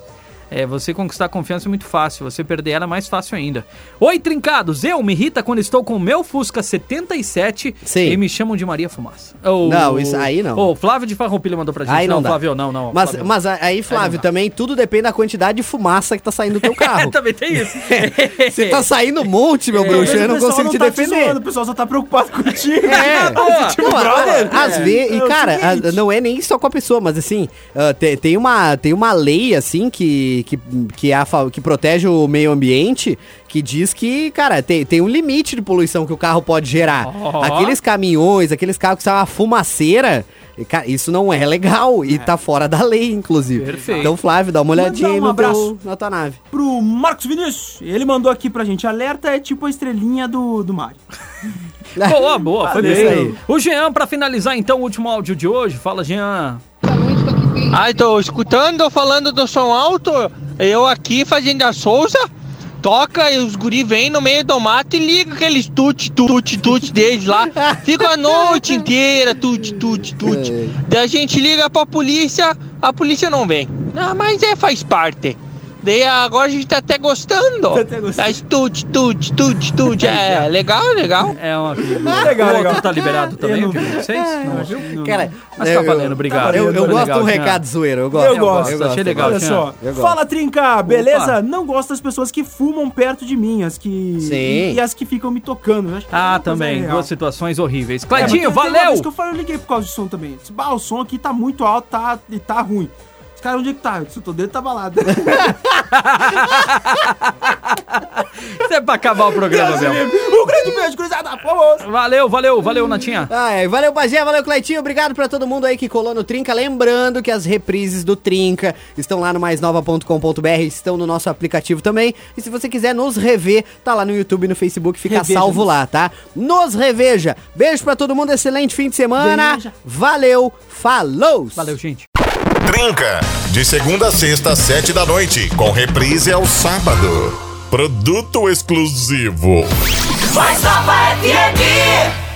A: É, você conquistar a confiança é muito fácil, você perder ela é mais fácil ainda. Oi, trincados! Eu me irrita quando estou com o meu Fusca 77
C: Sim.
A: e me chamam de Maria Fumaça. Ô,
C: Não, isso aí não.
A: Ô, o Flávio de Farroupilha mandou pra gente.
C: Aí não dá.
A: Flávio, não, não. [laughs]
C: Mas,
A: Flávio.
C: mas aí, Flávio, também tudo depende da quantidade de fumaça que tá saindo do teu carro.
A: Também tem isso.
C: [laughs] Você tá saindo um monte,
B: É.
C: meu bruxo, eu não consigo te
B: tá Te zoando,
C: defender.
B: o pessoal só tá preocupado contigo. [laughs]
C: É,
B: Pô, tipo,
C: Pô,
B: brother.
C: às
B: É.
C: vezes,
B: É o
C: e cara,
B: seguinte,
C: a- não é nem só com a pessoa, mas assim, ah, te- tem, uma, tem uma lei, assim, que, que, que, é a fa- que protege o meio ambiente, que diz que, cara, tem, tem um limite de poluição que o carro pode gerar.
A: Ó.
C: Aqueles caminhões, aqueles carros que saem uma fumaceira, e, cara, isso não é legal e tá fora da lei, inclusive.
B: Perfeito.
C: Então, Flávio, dá uma
B: Mandar
C: olhadinha aí
B: um
C: no
B: abraço.
C: teu- na tua nave.
B: pro Marcos Vinícius. Ele mandou aqui pra gente. Alerta é tipo a estrelinha do, do Mario.
A: Boa, boa, foi
B: Valeu.
A: bem.
B: Isso aí.
A: O Jean, pra finalizar então o último áudio de hoje, fala Jean.
K: Ah, então, escutando, falando do som alto, eu aqui fazendo a Souza, toca e os guri vêm no meio do mato e liga aqueles tute, tute, tute deles lá. Fica a noite inteira, tute, tute, tute. Daí a gente liga pra polícia, a polícia não vem. Ah, mas é, faz parte. Daí agora a gente tá até gostando. Tá até gostando. tute, tute, tute, [laughs] tute. É, legal, legal.
A: É uma
K: [laughs] Legal,
A: o
K: legal.
A: outro tá liberado também,
K: Eu
A: o
K: não
A: de
K: vi.
A: 26? Não, viu?
C: Cara,
A: Mas
C: eu-
A: tá
C: eu-
A: valendo, obrigado.
C: Eu, eu
A: Foi
C: gosto de
A: legal,
C: um
A: Jean.
C: recado zoeiro, eu gosto.
B: Eu gosto.
C: achei legal,
B: Olha
C: Jean.
B: só.
C: Eu gosto.
B: Fala, Trinca, beleza?
C: Opa.
B: Não gosto das pessoas que fumam perto de mim, as que.
A: Sim.
B: E, e as que ficam me tocando. Eu acho que é
A: Ah,
B: uma coisa
A: também,
B: real.
A: duas situações horríveis.
B: É, mas tem-
A: Cladinho,
B: tem uma vez
A: valeu!
B: que eu falei, eu liguei por causa do som também. Eu Disse, bah, o som aqui tá muito alto, tá, e tá ruim. Os caras, onde é que tá? Eu disse, eu tô dentro da balada. [laughs]
A: Isso é pra acabar o programa, Bel.
B: um grande beijo, cruzada, famoso.
A: Valeu, valeu, valeu, Natinha.
C: Ai, valeu, Bagé, valeu, Cleitinho. Obrigado pra todo mundo aí que colou no Trinca. Lembrando que as reprises do Trinca estão lá no maisnova.com.br, estão no nosso aplicativo também. E se você quiser nos rever, tá lá no YouTube e no Facebook, fica
B: Reveja-nos.
C: salvo lá, tá? Nos reveja. Beijo pra todo mundo, excelente fim de semana.
B: Beijo.
C: Valeu, falou! Valeu,
A: gente.
F: Trinca. De segunda a sexta, às sete da noite. Com reprise ao sábado. Produto exclusivo.
H: Mais Nova FM.